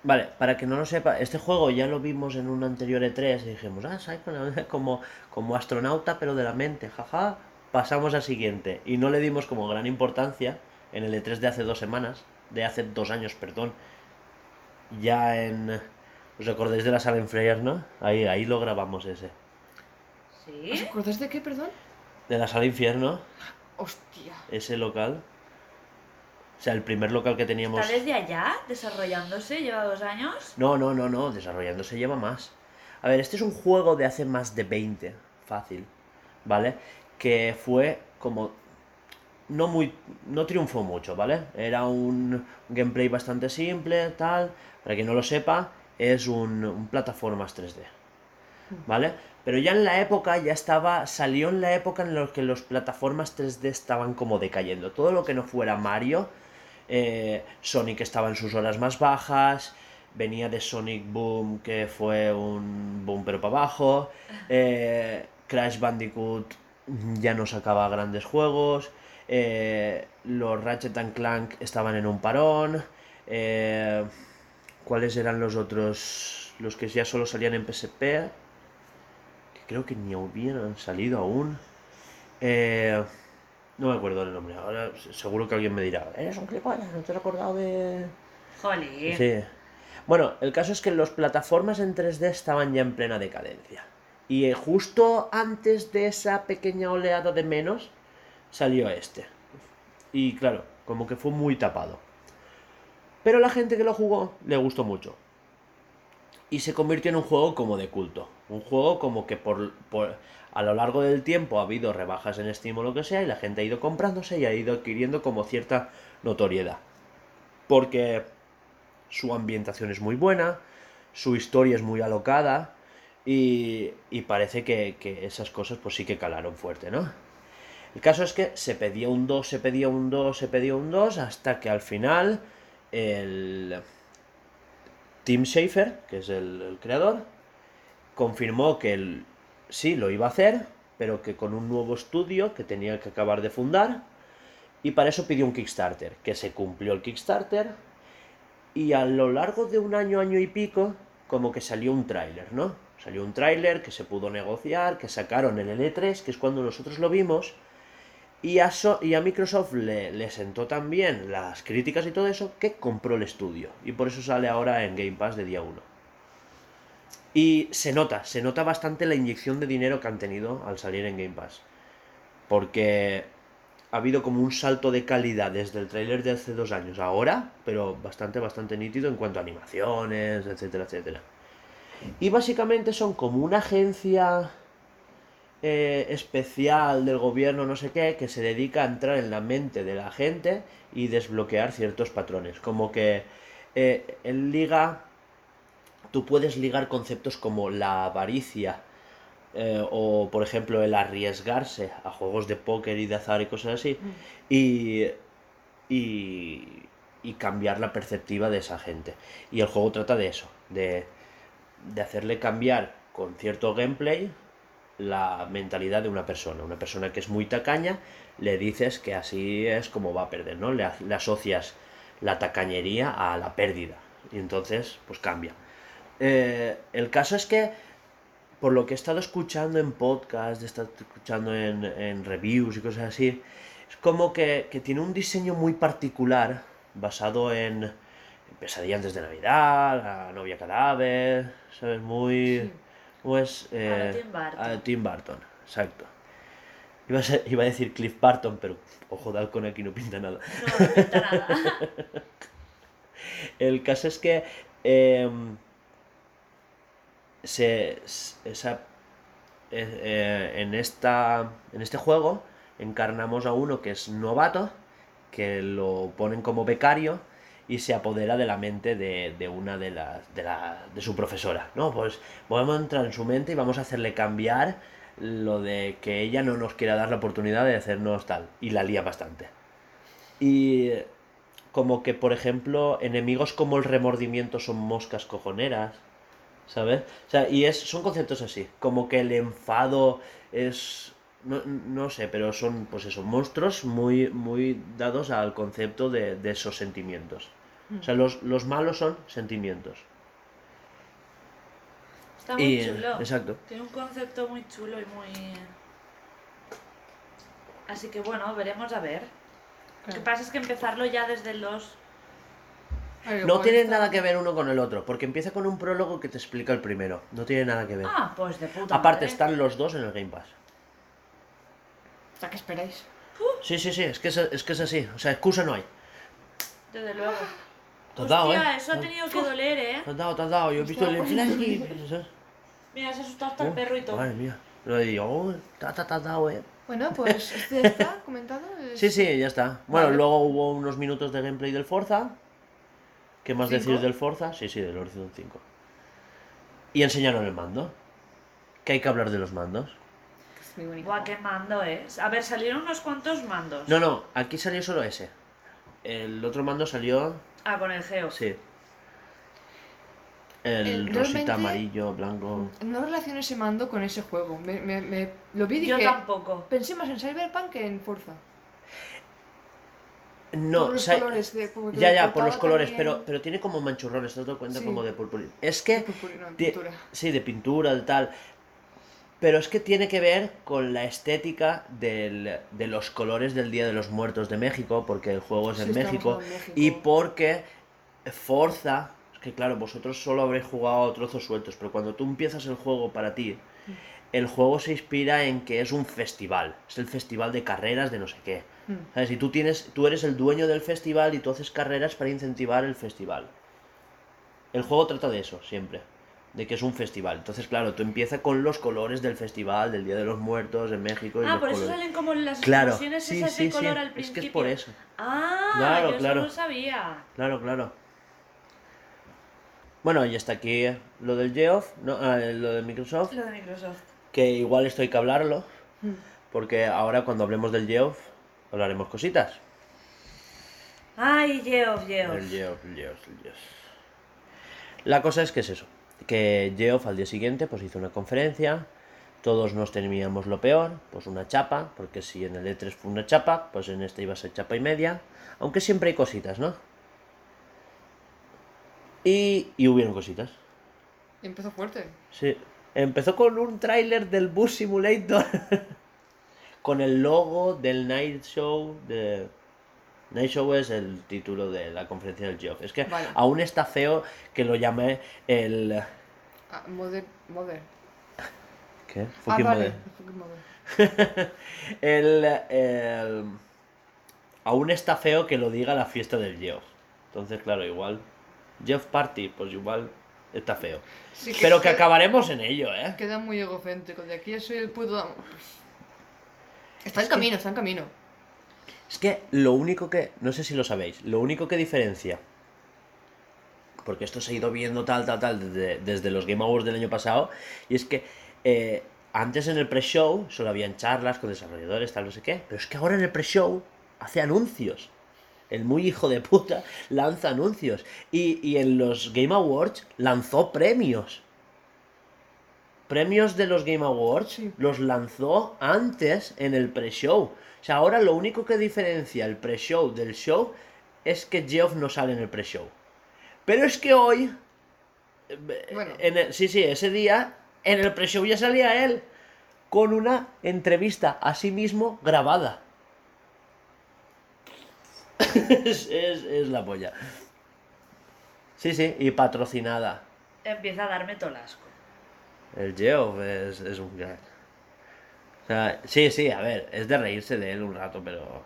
Vale, para que no lo sepa, este juego ya lo vimos en un anterior E3 y dijimos, ah, Psychonauts, como, como astronauta pero de la mente, jaja. Pasamos al siguiente y no le dimos como gran importancia en el E3 de hace dos semanas, de hace dos años, perdón. Ya en... ¿Os acordáis de la sala en Freyers, no? Ahí, ahí lo grabamos ese. ¿Os ¿Sí? acordáis de qué, perdón? De la sala infierno, Hostia. ese local. O sea, el primer local que teníamos... ¿Está desde allá desarrollándose? ¿Lleva dos años? No, no, no, no, desarrollándose lleva más. A ver, este es un juego de hace más de 20, fácil, ¿vale? Que fue como... No muy... no triunfó mucho, ¿vale? Era un gameplay bastante simple, tal. Para quien no lo sepa, es un, un plataformas 3D, ¿vale? Pero ya en la época, ya estaba... salió en la época en la que los plataformas 3D estaban como decayendo. Todo lo que no fuera Mario... eh, Sonic estaba en sus horas más bajas, venía de Sonic Boom, que fue un boom pero para abajo. eh, Crash Bandicoot ya no sacaba grandes juegos. eh, los Ratchet and Clank estaban en un parón. eh, ¿Cuáles eran los otros? Los que ya solo salían en PSP. que Creo que ni hubieran salido aún. Eh, no me acuerdo el nombre. Ahora se- seguro que alguien me dirá. Eres un gilipollas, no te has acordado de. Jolín. Sí. Bueno, el caso es que las plataformas en 3D estaban ya en plena decadencia. Y eh, justo antes de esa pequeña oleada de menos, salió este. Y claro, como que fue muy tapado. Pero la gente que lo jugó le gustó mucho. Y se convirtió en un juego como de culto. Un juego como que por, por- a lo largo del tiempo ha habido rebajas en Steam o lo que sea y la gente ha ido comprándose y ha ido adquiriendo como cierta notoriedad. Porque su ambientación es muy buena, su historia es muy alocada y, y parece que, que esas cosas pues sí que calaron fuerte, ¿no? El caso es que se pedía un 2, se pedía un 2, se pedía un 2 hasta que al final el Tim Schafer, que es el, el creador, confirmó que el, sí lo iba a hacer, pero que con un nuevo estudio que tenía que acabar de fundar y para eso pidió un Kickstarter, que se cumplió el Kickstarter, y a lo largo de un año, año y pico, como que salió un tráiler, ¿no? Salió un tráiler que se pudo negociar, que sacaron en el E3, que es cuando nosotros lo vimos. Y a, So- y a Microsoft le, le sentó tan bien las críticas y todo eso que compró el estudio. Y por eso sale ahora en Game Pass de día 1. Y se nota, se nota bastante la inyección de dinero que han tenido al salir en Game Pass. Porque ha habido como un salto de calidad desde el tráiler de hace dos años a ahora, pero bastante, bastante nítido en cuanto a animaciones, etcétera, etcétera. Y básicamente son como una agencia eh, especial del gobierno, no sé qué, que se dedica a entrar en la mente de la gente y desbloquear ciertos patrones. Como que eh, en liga, tú puedes ligar conceptos como la avaricia, eh, o por ejemplo el arriesgarse a juegos de póker y de azar y cosas así, y, y, y cambiar la perceptiva de esa gente. Y el juego trata de eso, de de hacerle cambiar con cierto gameplay la mentalidad de una persona. Una persona que es muy tacaña, le dices que así es como va a perder, ¿no? Le, le asocias la tacañería a la pérdida. Y entonces, pues cambia. Eh, el caso es que, por lo que he estado escuchando en podcast, he estado escuchando en, en reviews y cosas así, es como que, que tiene un diseño muy particular basado en, pesadilla antes de Navidad, la novia cadáver, ¿sabes? Muy... Sí. Pues... eh, Tim Burton. a Tim Burton, exacto. Iba a, ser- iba a decir Cliff Barton, pero ojo de halcón aquí no pinta nada. No, no pinta nada. (laughs) El caso es que em, se, s- esa- eh, eh, en, esta, en este juego encarnamos a uno que es novato, que lo ponen como becario y se apodera de la mente de, de una de las de, la, de su profesora. No, pues vamos a entrar en su mente y vamos a hacerle cambiar lo de que ella no nos quiera dar la oportunidad de hacernos tal. Y la lía bastante. Y como que, por ejemplo, enemigos como el remordimiento son moscas cojoneras, ¿sabes? O sea, y es, son conceptos así, como que el enfado es... No, no sé, pero son, pues eso, monstruos muy, muy dados al concepto de, de esos sentimientos. O sea, los, los malos son sentimientos. Está muy Y, chulo. Exacto. Tiene un concepto muy chulo y muy... Así que bueno, veremos a ver. Lo que Claro. pasa es que empezarlo ya desde los... A ver, No igual tienen está- nada que ver uno con el otro, porque empieza con un prólogo que te explica el primero. No tiene nada que ver. Ah, pues de puta Aparte, madre. están los dos en el Game Pass. ¿A qué esperáis? Sí, sí, sí, es que es, es que es así. O sea, excusa no hay. Desde luego. Te has dado, ¿eh? Hostia, eso ha tenido que doler, ¿eh? Te has dado, te has dado. Yo he visto el flash pues, y... Mira, se ha asustado hasta el Oh, perro y todo. Madre mía. Lo digo, oh, ta, ta, te has dado, eh. Bueno, pues, pues este ya está comentado. Es- Sí, sí, ya está. Bueno, Vale. luego hubo unos minutos de gameplay del Forza. ¿Qué más ¿Cinco? decir del Forza? Sí, sí, del Horizon 5. Y enseñaron el mando. Que hay que hablar de los mandos. Es muy bonito. Buah, qué mando es. A ver, salieron unos cuantos mandos. No, no, aquí salió solo ese. El otro mando salió. Ah, con el geo. Sí. El, El- realmente- rosita, amarillo, blanco. No relaciono ese mando con ese juego. Me, me- me- lo vi y Yo dije... tampoco. Pensé más en Cyberpunk que en Forza. No, por los sa- colores de, como que Ya, lo ya, por los portaba colores, también. pero, pero tiene como manchurrones, ¿te has dado cuenta? Sí. Como de purpurina. Es que, Purpurina, ti- pues, pintura. sí, de pintura, de tal. Pero es que tiene que ver con la estética del- de los colores del Día de los Muertos de México, porque el juego es Sí, pues, en estamos México, en México. y porque Forza, es que claro, vosotros solo habréis jugado a trozos sueltos, pero cuando tú empiezas el juego para ti, Mm. el juego se inspira en que es un festival, es el festival de carreras de no sé qué. Mm. ¿Sabes? Y tú, tienes, tú eres el dueño del festival y tú haces carreras para incentivar el festival. El juego trata de eso, siempre. De que es un festival. Entonces, claro, tú empieza con los colores del festival, del Día de los Muertos, en México. Y Ah, los por eso colores. salen como las Claro, explosiones sí, esas sí, de color sí. al Es principio. que es por eso. Ah, Claro, yo eso claro. no lo sabía. Claro, claro. Bueno, y hasta aquí lo del Geoff, no, ah, lo de Microsoft, Lo de Microsoft. que igual esto hay que hablarlo, Mm. porque ahora cuando hablemos del Geoff, hablaremos cositas. Ay, Geoff, Geoff. El Geoff, el Geoff, el Geoff. La cosa es que es eso, que Geoff al día siguiente pues hizo una conferencia, todos nos temíamos lo peor, pues una chapa, porque si en el E3 fue una chapa, pues en este iba a ser chapa y media, aunque siempre hay cositas, ¿no? Y, y hubieron cositas. Y Empezó fuerte. Sí. Empezó con un tráiler del Bus Simulator. (laughs) con el logo del Night Show. De... Night Show es el título de la conferencia del Geoff. Es que Vale. aún está feo que lo llame el... Ah, Mother. Mother. ¿Qué? Ah, Fucking mother. vale. Fucking Mother. (laughs) El, el- Aún está feo que lo diga la fiesta del Geoff. Entonces, claro, igual... Geoff Party, pues igual está feo. Sí, Pero que queda- acabaremos en ello, ¿eh? Queda muy egocéntrico. De aquí yo soy el puto. amo. Está en camino, está en camino. Es que lo único que, no sé si lo sabéis, lo único que diferencia, porque esto se ha ido viendo tal, tal, tal, desde, desde los Game Awards del año pasado, y es que eh, antes en el pre-show solo habían charlas con desarrolladores, tal, no sé qué, pero es que ahora en el pre-show hace anuncios. El muy hijo de (laughs) puta lanza anuncios. Y, y en los Game Awards lanzó premios. premios de los Game Awards Sí. los lanzó antes en el pre-show. O sea, ahora lo único que diferencia el pre-show del show es que Geoff no sale en el pre-show. Pero es que hoy. eh, Bueno. en el- sí, sí, ese día, en el pre-show ya salía él con una entrevista a sí mismo grabada. (laughs) es, es- es la polla. Sí, sí, y patrocinada. Empieza a darme tolasco. El Geoff es, es un crack. O sea, sí, sí, a ver, es de reírse de él un rato, pero.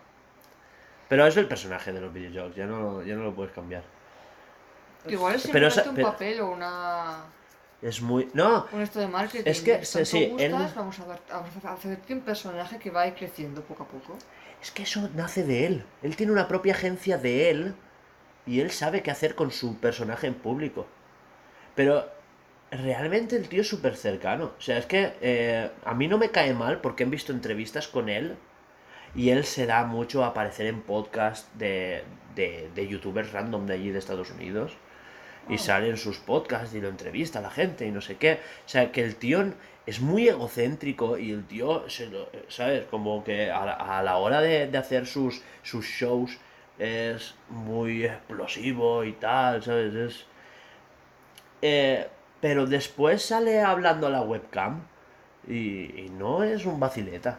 Pero es el personaje de los videojuegos, ya no, ya no lo puedes cambiar. Pues Igual es Pero esa- simplemente un pero- papel o una, Es muy. ¡No! un esto de marketing. Es que, de sí, tanto sí, gustas, él- vamos, a dar- vamos a hacerte un personaje que va a ir creciendo poco a poco. Es que eso nace de él. Él tiene una propia agencia de él y él sabe qué hacer con su personaje en público. Pero realmente el tío es súper cercano. O sea, es que eh, a mí no me cae mal porque he visto entrevistas con él y él se da mucho a aparecer en podcast de, de, de youtubers random de allí de Estados Unidos. Y Ah. sale en sus podcasts y lo entrevista a la gente y no sé qué. O sea, que el tío es muy egocéntrico y el tío, se lo- ¿sabes? Como que a la, a la hora de, de hacer sus, sus shows es muy explosivo y tal, ¿sabes? Es, eh, pero después sale hablando a la webcam y, y no es un vacileta.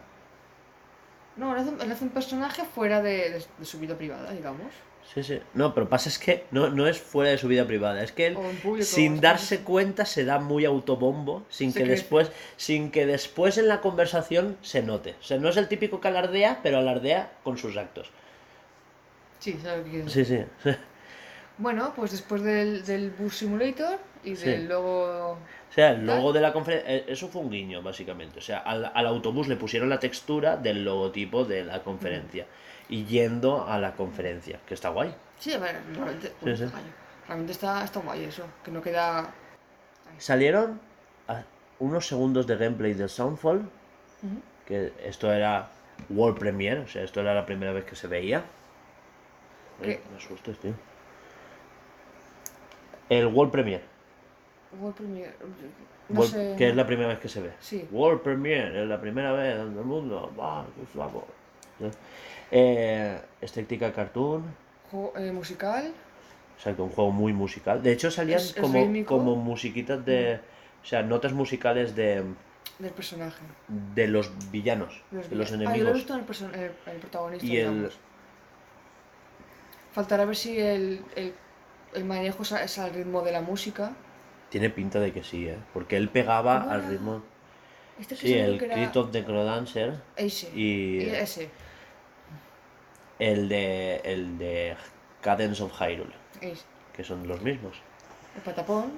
No, él hace, un- él hace un personaje fuera de, de- de su vida privada, digamos. Sí, sí. No, pero pasa es que no, no es fuera de su vida privada. Es que él, O en público. sin es- darse cuenta, se da muy autobombo, sin Se que, crece. después, sin que después en la conversación se note. O sea, no es el típico que alardea, pero alardea con sus actos. Sí, sabe lo que quiero Sí, sí. Bueno, pues después del, del Bus Simulator y Sí. del logo. O sea, el logo de la conferencia, eh, eso fue un guiño, básicamente. O sea, al, al autobús le pusieron la textura del logotipo de la conferencia. Y yendo a la conferencia, que está guay. Sí, a ver, realmente. uy, sí. ay, realmente está, está guay eso, que no queda. Salieron a- unos segundos de gameplay del Soundfall, Ujú. que esto era World Premiere, o sea, esto era la primera vez que se veía. Ay, ¿Qué? me asustes, tío. El World Premiere, World Premiere, No World- sé. que es la primera vez que se ve. Sí. World Premiere, es la primera vez en el mundo. ¡Bah, qué flaco! Eh, estética cartoon, jo- eh, musical. o sea, que un juego muy musical. De hecho, salían Es- es como, rítmico. Mm. como musiquitas de. O sea, notas musicales de, Del personaje. de los villanos, de los Ah, yo lo he enemigos. visto en el, person- el- el protagonista. Y el- digamos. Faltará ver si el, el, el manejo sa- es al ritmo de la música. Tiene pinta de que sí, ¿eh? Porque él pegaba ¿Cómo al era? ritmo. Este que Sí, salió el que era- Crit of the Crodancer Ese. y eh, Y Ese. el de, el de Cadence of Hyrule, ese. que son los mismos. El patapón.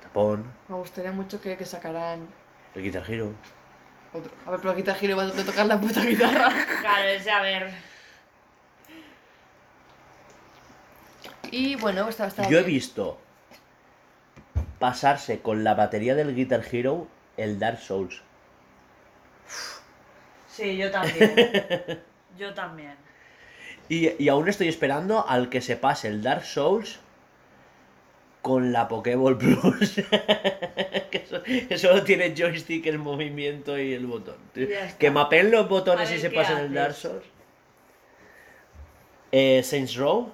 Patapón, Me gustaría mucho que, que sacaran el Guitar Hero. otro. A ver, pero la guitarra giro va a to- tocar la puta guitarra. Claro, es a ver. (laughs) Y bueno, estaba, estaba Yo he bien. visto pasarse con la batería del Guitar Hero el Dark Souls. Sí, yo también. (laughs) yo también. Y, y aún estoy esperando al que se pase el Dark Souls con la Pokéball Plus. (laughs) que, so- que solo tiene joystick, el movimiento y el botón. Ya está. Que mapeen los botones A ver y se qué pasen el haces. Dark Souls. Eh, Saints Row.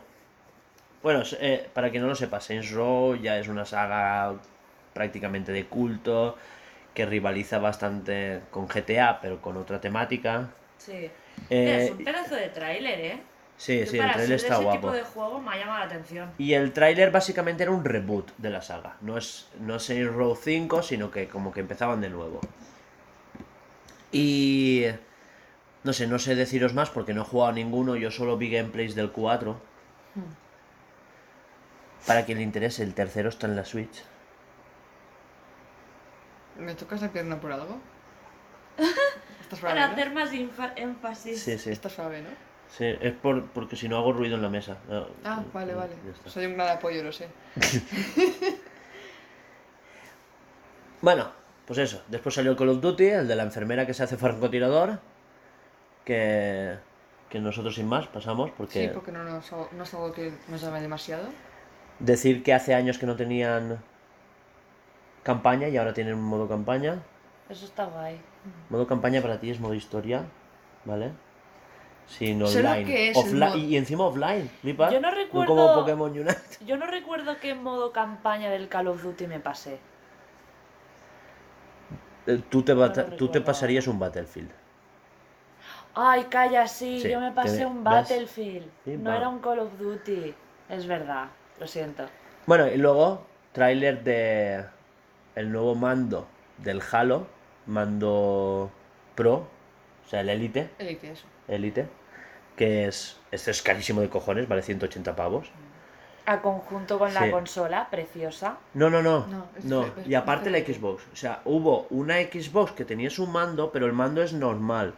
Bueno, s- eh, para quien no lo sepa, Saints Row ya es una saga prácticamente de culto que rivaliza bastante con GTA, pero con otra temática. Sí. Eh, es un pedazo de tráiler, ¿eh? sí, Yo sí, el para trailer ser está de ese guapo. tipo de juego me ha llamado la atención. Y el tráiler básicamente era un reboot de la saga. No es, no es Saints Row 5, sino que como que empezaban de nuevo. Y... No sé, no sé deciros más porque no he jugado a ninguno. Yo solo vi gameplays del 4. Hmm. Para quien le interese, el tercero está en la Switch. ¿Me tocas la pierna por (laughs) algo? Está suave, Para ¿no? hacer más infa- énfasis. Sí, sí. Está suave, ¿no? Sí, es por, porque si no hago ruido en la mesa. No, Ah, no, vale, no, vale. ya está. Soy un gran apoyo, lo sé. Bueno, pues eso. Después salió el Call of Duty, el de la enfermera que se hace francotirador. Que, que nosotros sin más pasamos porque... Sí, porque no, nos- no es algo que nos llame demasiado. Decir que hace años que no tenían campaña y ahora tienen un modo campaña. Eso está guay. Modo campaña para ti es modo historia, ¿vale? Sin Solo online. que es Offli- el modo- Y encima offline, flipa. Yo no como recuerdo- Pokémon Unite. (laughs) Yo no recuerdo qué modo campaña del Call of Duty me pasé. Eh, Tú te, bata- no tú te recuerdo. pasarías un Battlefield. Ay, calla, sí, Sí, yo me pasé te- un ves. Battlefield. Sí, no va. era un Call of Duty. Es verdad, lo siento. Bueno, y luego, tráiler de el nuevo mando del Halo, mando Pro, o sea, el Elite, Elite, eso. Elite, que es, este es carísimo de cojones, vale 180 pavos. A conjunto con la Sí. consola, preciosa. No, no, no, No, no, es fe- es- y aparte es la fe- Xbox, o sea, hubo una Xbox que tenía su mando, pero el mando es normal.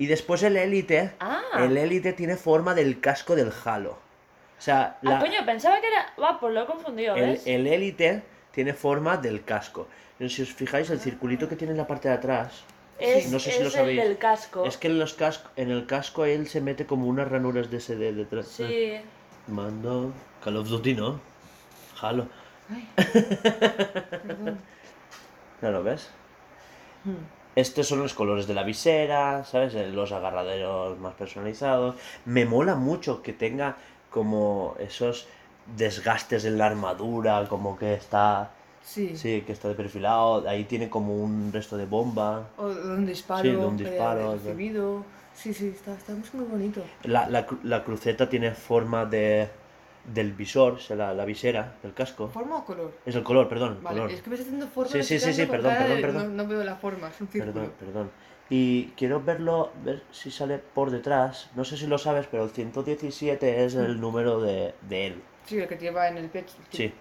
Y después el Elite, Ah, el Elite tiene forma del casco del Halo. O sea, ah, coño, pensaba que era. Va, pues lo he confundido, El, ¿ves? el élite tiene forma del casco. Pero si os fijáis, el circulito que tiene en la parte de atrás, es no sé si es lo el sabéis. del casco. es que en, los casco, en el casco él se mete como unas ranuras de CD detrás. Sí. Mando. Call of Duty, ¿no? Halo. Ay, perdón. Claro, ¿ves? Hmm. Estos son los colores de la visera, ¿sabes? Eh, Los agarraderos más personalizados. Me mola mucho que tenga como esos desgastes en la armadura, como que está... Sí. Sí, que está de perfilado. Ahí tiene como un resto de bomba. O de un disparo. Sí, de un que ha disparo, de- recibido. Sí, sí, está, está muy- muy bonito. La, la, cru- la cruceta tiene forma de, del visor, o sea, la, la visera del casco. ¿Forma o color? Es el color, perdón, el Vale, color. es que me está haciendo forma. Sí, sí, estoy sí, sí, quedando con perdón, cara perdón, de- perdón. No, no veo la forma, es un círculo. Perdón, perdón. Y quiero verlo, ver si sale por detrás. No sé si lo sabes, pero el 117 es el número de, de él. Sí, el que lleva en el pecho. Sí.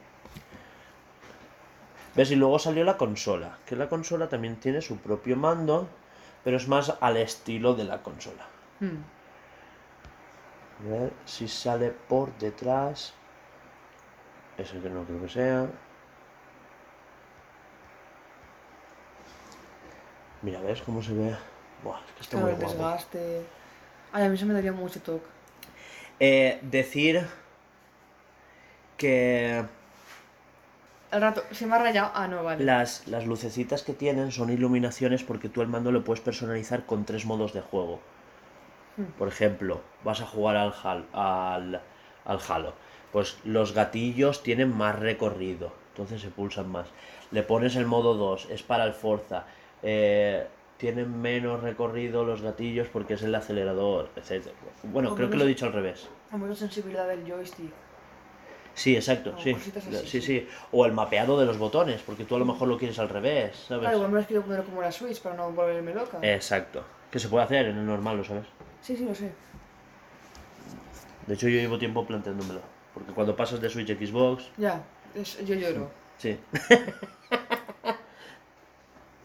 ¿Ves? Y luego salió la consola. Que la consola también tiene su propio mando, pero es más al estilo de la consola. Hmm. A ver si sale por detrás. Eso que no creo que sea. Mira, ¿ves cómo se ve? Buah, es que está Claro, muy el guapo. desgaste. Ay, a mí eso me daría mucho toque. Eh, decir que Al rato, se me ha rayado. Ah, no, vale. las, las lucecitas que tienen son iluminaciones porque tú el mando lo puedes personalizar con tres modos de juego. Hmm. Por ejemplo, vas a jugar al, Hal- al, al Halo. Pues los gatillos tienen más recorrido, entonces se pulsan más. Le pones el modo 2, es para el Forza. eh, tienen menos recorrido los gatillos porque es el acelerador, etc. Bueno, Como creo que lo los- he dicho al revés. A menos sensibilidad del joystick. Sí, exacto, O sí. cositas La- así, sí, sí. sí. O el mapeado de los botones, porque tú a lo mejor lo quieres al revés, ¿sabes? Claro, igual me las quiero poner como la Switch para no volverme loca. Eh. Exacto. Que se puede hacer en el normal, lo sabes. Sí, sí, lo sé. De hecho, yo llevo tiempo planteándomelo. Porque cuando pasas de Switch a Xbox. Ya, es- yo lloro. Sí. (coughs)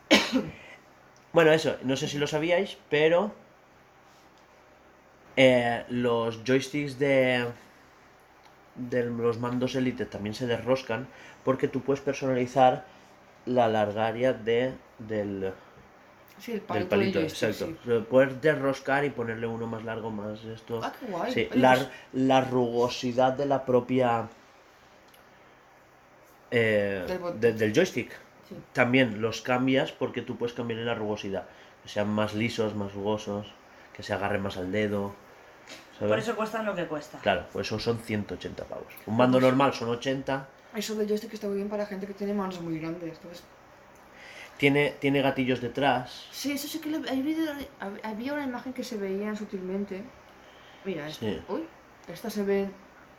bueno, eso. No sé si lo sabíais, pero. eh, los joysticks de. De los mandos Elite también se desroscan. Porque tú puedes personalizar la largaria de, del, Sí, el del palito. palito. del joystick, Exacto. sí. O sea, Puedes desroscar y ponerle uno más largo, más esto. Ah, qué guay. Sí, Oye, la, pues- la rugosidad de la propia. eh, Del bot- de- del joystick. sí. También los cambias porque tú puedes cambiar la rugosidad. Que sean más lisos, más rugosos, que se agarren más al dedo. ¿sabes? Por eso cuestan lo que cuesta. Claro, por eso son 180 pavos. Pues Un mando normal son 80. Eso del joystick está muy bien para gente que tiene manos muy grandes. entonces- Tiene, tiene gatillos detrás. Sí, eso sí que lo- hay vídeo- hab- había una imagen que se veía sutilmente. Mira, esta, Sí. uy, esta se ve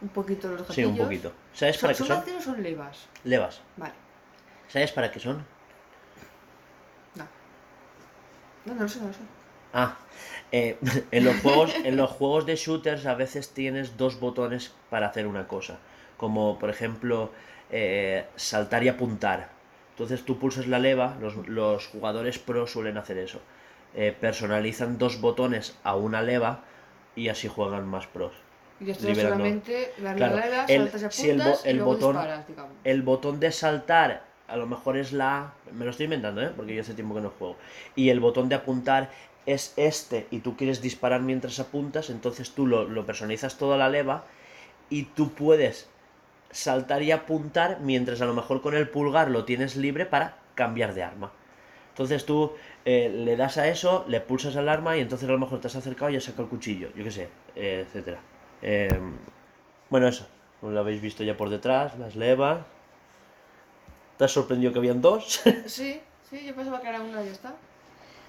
un poquito los gatillos. Sí, un poquito. ¿Sabes ¿Son, para qué son son? gatillos o son levas? Levas. Vale, ¿Sabes para qué son? no. No, no lo sé, no lo sé. Ah, eh, (laughs) en, los juegos, en los juegos de shooters a veces tienes dos botones para hacer una cosa. Como por ejemplo eh, saltar y apuntar. Entonces tú pulsas la leva, los, los jugadores pro suelen hacer eso. Eh, personalizan dos botones a una leva y así juegan más pros. Y esto es Liberando. solamente las Claro, reglas, el- saltas y apuntas si el bo- y el luego botón- disparas, digamos. El botón de saltar a lo mejor es la A, me lo estoy inventando, ¿eh? porque yo hace tiempo que no juego. Y el botón de apuntar es este y tú quieres disparar mientras apuntas, entonces tú lo, lo personalizas toda la leva y tú puedes saltar y apuntar, mientras a lo mejor con el pulgar lo tienes libre para cambiar de arma. Entonces tú eh, le das a eso, le pulsas al arma y entonces a lo mejor te has acercado y has sacado el cuchillo, yo qué sé, eh, etcétera. Eh, bueno, eso, lo habéis visto ya por detrás, las levas. ¿Te has sorprendido que habían dos? (laughs) Sí, sí, yo pensaba que era una y ya está.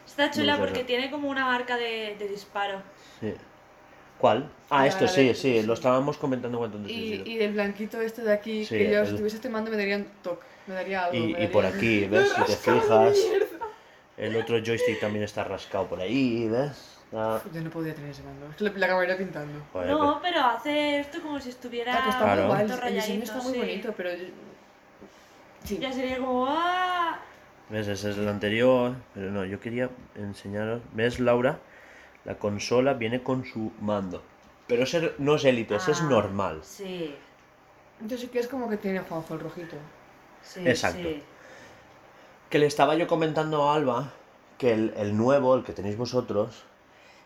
Está chula No sé, porque no. tiene como una marca de, de disparo. Sí. ¿Cuál? Ah, La esto sí, de- sí, sí. lo estábamos comentando cuando antes Y, del y el blanquito este de aquí, Sí, que yo el- si estuviese temando me daría un toque, me daría algo. Y- me y daría- por aquí, ¿ves? ¡Me he (laughs) Si te rascado la fijas. mierda! El otro joystick también está rascado por ahí, ¿ves? Ah, Yo no podría tener ese mando, es que le- le acabaría pintando. joder, No, pero hace esto como si estuviera Claro, que está Claro. muy guay, todo el diseño rayadito, está muy sí. bonito, pero... yo- Sí, Ya sería como... ¡Ah! ¿Ves? Ese es el anterior. Pero no, yo quería enseñaros. ¿Ves, Laura? La consola viene con su mando. Pero ese no es élite, ese es Ah, normal. Sí, yo sí que es como que tiene Juanjo el rojito. sí, Exacto. sí. Que le estaba yo comentando a Alba que el, el nuevo, el que tenéis vosotros,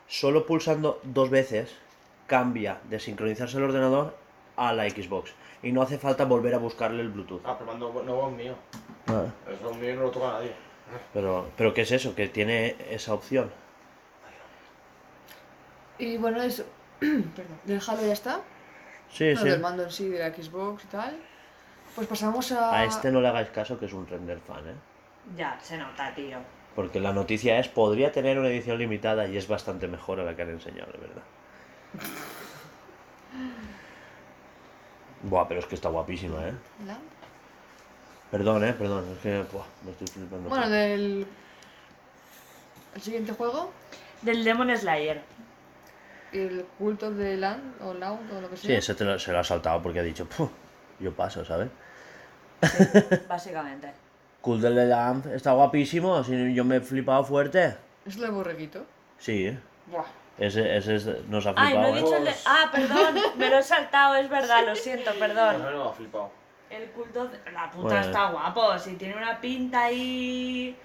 solo pulsando dos veces cambia de sincronizarse el ordenador a la Xbox. Y no hace falta volver a buscarle el Bluetooth. Ah, pero mando no va un mío. Ah, El son mío no lo toca nadie. Pero, pero ¿qué es eso? Que tiene esa opción. Y bueno, eso... (clears throat) Perdón, del Halo ya está. Sí, Bueno, sí. del mando en sí, de la Xbox y tal. Pues pasamos a... A este no le hagáis caso que es un render fan, ¿eh? Ya, se nota, tío. Porque la noticia es, podría tener una edición limitada y es bastante mejor a la que han enseñado, de verdad. Buah, pero es que está guapísima, ¿eh? ¿La? Perdón, ¿eh? Perdón, es que buah, me estoy flipando. Bueno, del... El siguiente juego, Del Demon (laughs) Slayer. el culto de Land o Laund o lo que sea. Sí, ese te lo- se lo ha saltado porque ha dicho, "Puh, yo paso, ¿sabes? Sí, básicamente. Cool de Lamp está guapísimo, si yo me he flipado fuerte. ¿Es lo de borreguito? Sí, ¿eh? Buah. ese, ese es- nos ha Ay, flipado, no he ¿eh? dicho el de... Ah, perdón, me lo he saltado, es verdad, lo siento, No, (laughs) Ah, perdón. no, ha flipado. El culto... de- La puta Bueno. está guapo, si tiene una pinta ahí...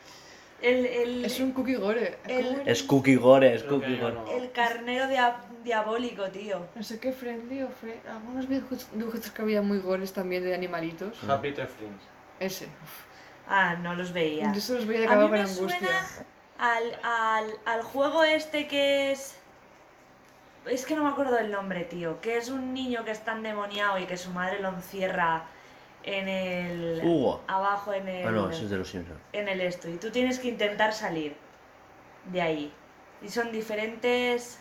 El, el, Es un cookie gore. El- ¿Cómo era? Es Cookie Gore, es Creo que Cookie yo Gore. no. el carnero dia- diabólico, tío. No sé qué friendly o fre- Algunos dibujos dibujos que había muy gores también de animalitos. Happy Tree Friends. Ese. Ah, no los veía. Yo se los voy a A mí acabar con me angustia. suena al, al, al juego este que es... Es que no me acuerdo el nombre, tío. Que es un niño que está endemoniado y que su madre lo encierra en el... Hugo. Abajo en el... Ah, no, ese Uh. es de los Simpsons. En el esto. Y tú tienes que intentar salir de ahí. Y son diferentes...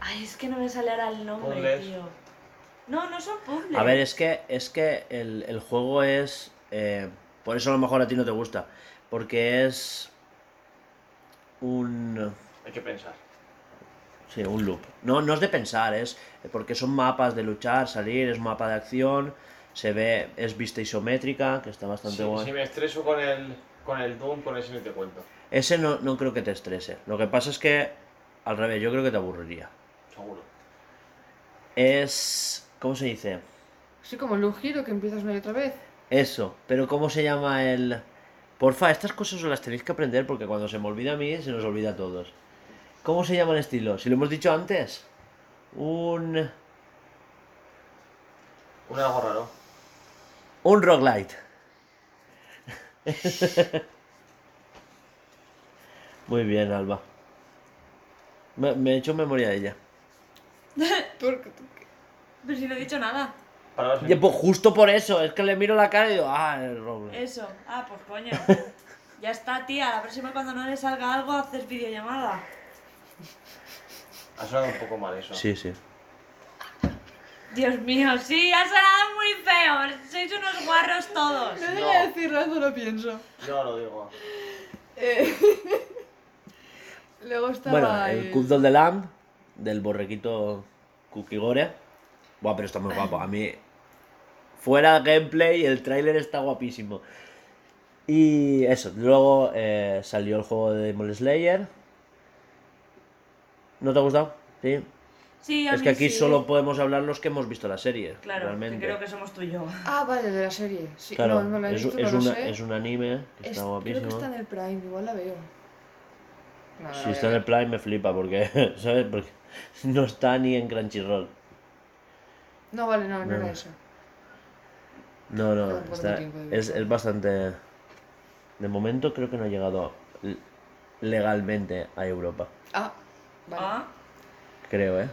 Ay, es que no me sale ahora el nombre, Puzzles. tío. No, no son puzzles. A ver, es que, es que el, el juego es. eh, por eso a lo mejor a ti no te gusta. Porque es. Un. Hay que pensar. Sí, un loop. No, no es de pensar, es. eh, Porque son mapas de luchar, salir, es mapa de acción. Se ve. Es vista isométrica, que está bastante Si, guay. si me estreso con el, con el Doom, con ese no te cuento. Ese no, no creo que te estrese. Lo que pasa es que. Al revés, yo creo que te aburriría. Seguro. Es. ¿Cómo se dice? Sí, como el giro que empiezas una y otra vez. Eso, pero ¿cómo se llama el...? Porfa, estas cosas os las tenéis que aprender porque cuando se me olvida a mí, se nos olvida a todos. ¿Cómo se llama el estilo? Si lo hemos dicho antes. Un... Un algo raro. Un roguelite. Muy bien, Alba. Me, me he hecho memoria de ella. Tú- tú- Pero si no he dicho nada. Palabras Ya, pues justo por eso, es que le miro la cara y digo, ah, el roguelite. Eso. Ah, pues (laughs) coño. ya está, tía. La próxima cuando no le salga algo, haces videollamada. Ha sonado un poco mal eso. Sí, sí. Dios mío, sí, ha sonado muy feo. Sois unos guarros todos. No No. debería decir nada, no lo pienso. Yo lo digo. Eh, Luego estaba Bueno, el el- Cuddle de Lamb, del borrequito Kukigore. Buah, pero está muy guapo. A mí, fuera gameplay, el tráiler está guapísimo. Y eso, luego eh, salió el juego de Demon Slayer. ¿No te ha gustado? Sí. Sí, a Es mí que aquí sí. solo podemos hablar los que hemos visto la serie. Claro, realmente. que creo que somos tú y yo. Ah, vale, de la serie. Sí, Claro, no, no la he es, visto, es no lo una- sé. es un anime que Es- está guapísimo. creo que está en el Prime, igual la veo. No, no la Si voy a está en ver. el Prime me flipa porque, (laughs) ¿sabes? Porque no está ni en Crunchyroll. No, vale, no, no, No. era eso. No, no, Queda un poco está- de tiempo de es, vida. es bastante... De momento creo que no ha llegado l- legalmente a Europa, Ah, vale. Ah, creo, ¿eh?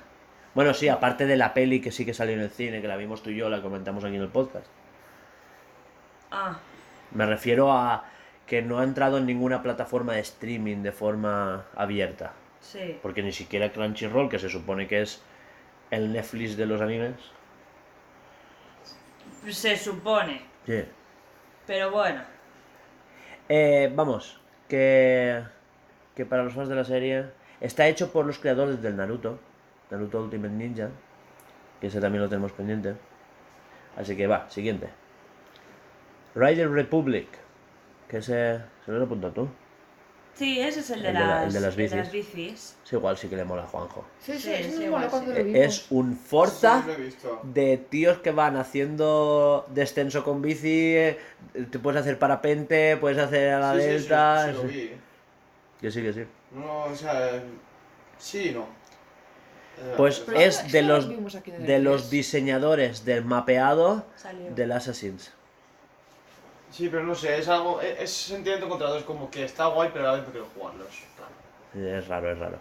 Bueno, sí, aparte de la peli que sí que salió en el cine, que la vimos tú y yo, la comentamos aquí en el podcast. ah, Me refiero a que no ha entrado en ninguna plataforma de streaming de forma abierta. sí. Porque ni siquiera Crunchyroll, que se supone que es el Netflix de los animes. Se supone. Sí. Pero bueno. Eh, vamos, que, que para los fans de la serie está hecho por los creadores del Naruto, Naruto Ultimate Ninja, que ese también lo tenemos pendiente. Así que va, siguiente. Rider Republic, que ese se lo has apuntado tú. Sí, ese es el de, El de la- las, el de las el de bicis. las bicis. Es igual, sí que le mola a Juanjo. Eh, Sí, Sí, sí, eso sí, me igual, moló cuando sí. lo vi. Es un Forza Sí, lo he visto. de tíos que van haciendo descenso con bici, eh, te puedes hacer parapente, puedes hacer a la Sí, sí, sí, delta. sí, lo sí. vi. Que sí, que sí. No, o sea, eh, sí y no. Eh, Pues Pero es eso- eso de lo los vimos aquí en el E de los tres. diseñadores del mapeado Salió. del Assassin's. Sí, pero no sé, es algo, es, es sentimiento contra dos, como que está guay, pero a la vez no quiero jugarlos. Es raro, es raro.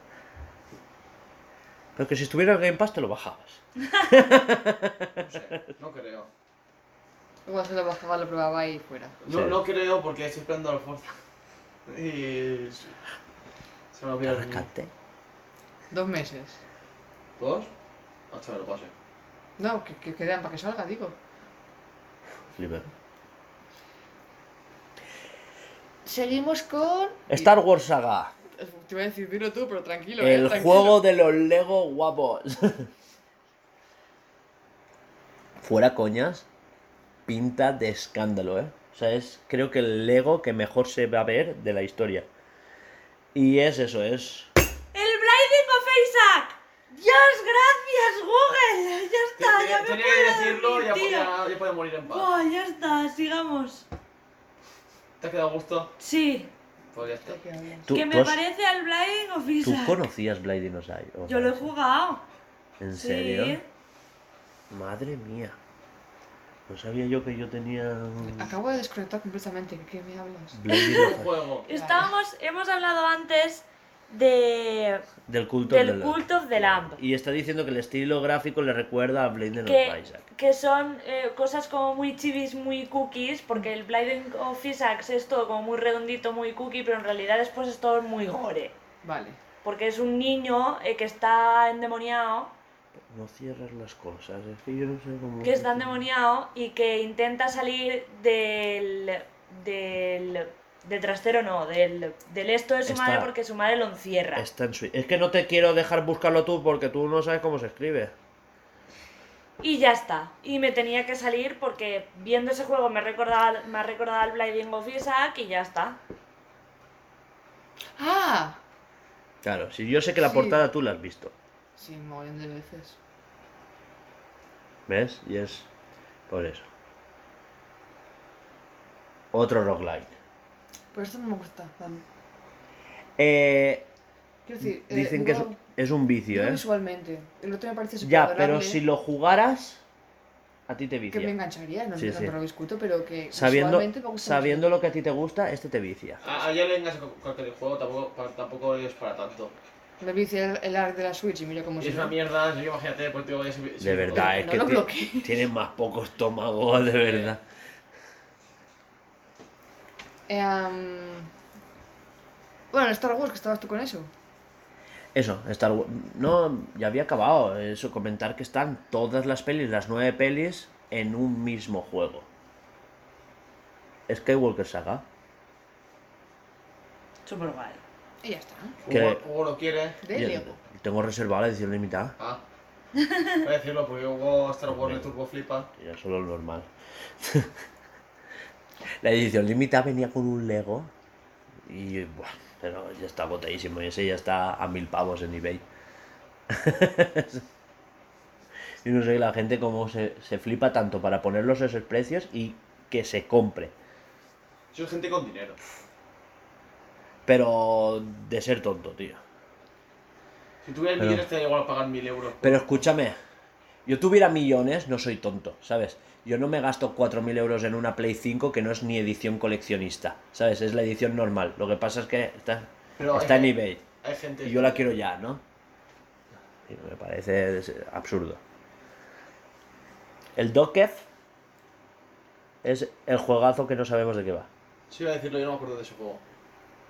Pero que si estuviera en Game Pass te lo bajabas. No sé, no creo. Igual se lo bajaba, lo probaba y fuera. No, Sí. no creo porque estoy esperando al Forza. Y... sí, Se me olvidó Te el mío. rescate. Dos meses. ¿Dos? Hasta me lo pase. No, que, que quedan para que salga, digo. Flipa. Seguimos con. Star Wars Saga. Te iba a decir, dilo tú, pero tranquilo. eh, El tranquilo. juego de los Lego guapos. (laughs) Fuera coñas. Pinta de escándalo, ¿eh? O sea, es creo que el Lego que mejor se va a ver de la historia. Y es eso, es ¡El Blinding of Isaac! ¡Dios, gracias, Google! Ya está, ya me Tenía puedo que decirlo dormir, y ya, tío. podía, ya podía morir en paz. Buah, ya está, sigamos. ¿Te ha quedado a gusto? Sí, Pues ya está. ¿Qué hablas? Tú- que tú me has- parece al Blinding of ¿Tú Isaac. conocías Blade Dinosaur? Yo lo he jugado. ¿En Sí. serio? Madre mía. No sabía yo que yo tenía. un Acabo de desconectar completamente. ¿de ¿Qué me hablas? Blade Un Dinosaur. juego. Estábamos, hemos hablado antes de Del culto del la- Cult of the Lamb. Y está diciendo que el estilo gráfico le recuerda a Blade Dinosaur que, Isaac. que son eh, cosas como muy chivis, muy cookies, porque el Blinding of Isaac es todo como muy redondito, muy cookie, pero en realidad después es todo muy gore. Vale. Porque es un niño eh, que está endemoniado, No cierres las cosas, es que yo no sé cómo. que está endemoniado y que intenta salir del. del. del trastero, no, del, del esto de su Está- madre porque su madre lo encierra. Está en Switch. Es que no te quiero dejar buscarlo tú porque tú no sabes cómo se escribe. Y ya está. Y me tenía que salir porque viendo ese juego me recordaba, me ha recordado al Blinding of Isaac y ya está. ¡Ah! Claro, si yo sé que la Sí. portada tú la has visto. Sí, un mogollón de veces. ¿Ves? Y es por eso. Otro roguelike. Pero esto no me gusta. tan- Eh, Quiero decir, eh, dicen que es, igual- es un vicio, igual ¿eh? visualmente. El otro me parece súper Ya, pero adorable, si lo jugaras, a ti te Que me vicia. engancharía, no, Sí, no, sí. no lo discuto, pero que Sabiendo, visualmente me gusta sabiendo lo que a ti te gusta, este te vicia. Ah, A, a ella le engancha con cualquier juego, tampoco, pa- tampoco es para tanto. mucho. Me dice el, el art de la Switch y mira cómo Y se es una ve. mierda, así que imagínate, pues, por ti voy a ser- De ser- verdad, es no que lo ti- bloquees. tiene más poco estómago, de verdad. Eh, am, Bueno, Star Wars, que estabas tú con eso. Eso, Star Wars. No, ya había acabado. Eso, comentar que están todas las pelis, las nueve pelis, en un mismo juego. Skywalker Saga. Super guay. Y ya está. que- Hugo, Hugo lo quiere. De Ya- Lego. Tengo reservada la edición limitada. Ah. (laughs) Voy a decirlo porque Hugo Star Wars le turbo flipa. Ya solo el normal. (laughs) la edición limitada venía con un Lego. Y bueno, pero ya está agotadísimo. Y ese ya está a mil pavos en eBay. (laughs) y no sé la gente cómo se, se flipa tanto para ponerlos a esos precios y que se compre. Soy gente con dinero. Pero de ser tonto, tío. Si tuviera el Pero- millones te da igual pagar mil euros. Pero escúchame, yo tuviera millones, no soy tonto, ¿sabes? Yo no me gasto 4.000 euros en una Play 5 que no es ni edición coleccionista, ¿sabes? Es la edición normal. Lo que pasa es que está, Pero eh, hay está en gen- eBay Hay gente. y yo la quiero ya, ¿no? Y me parece es- absurdo. El Dokef es el juegazo que no sabemos de qué va. Sí, iba a decirlo, yo no me acuerdo de ese juego.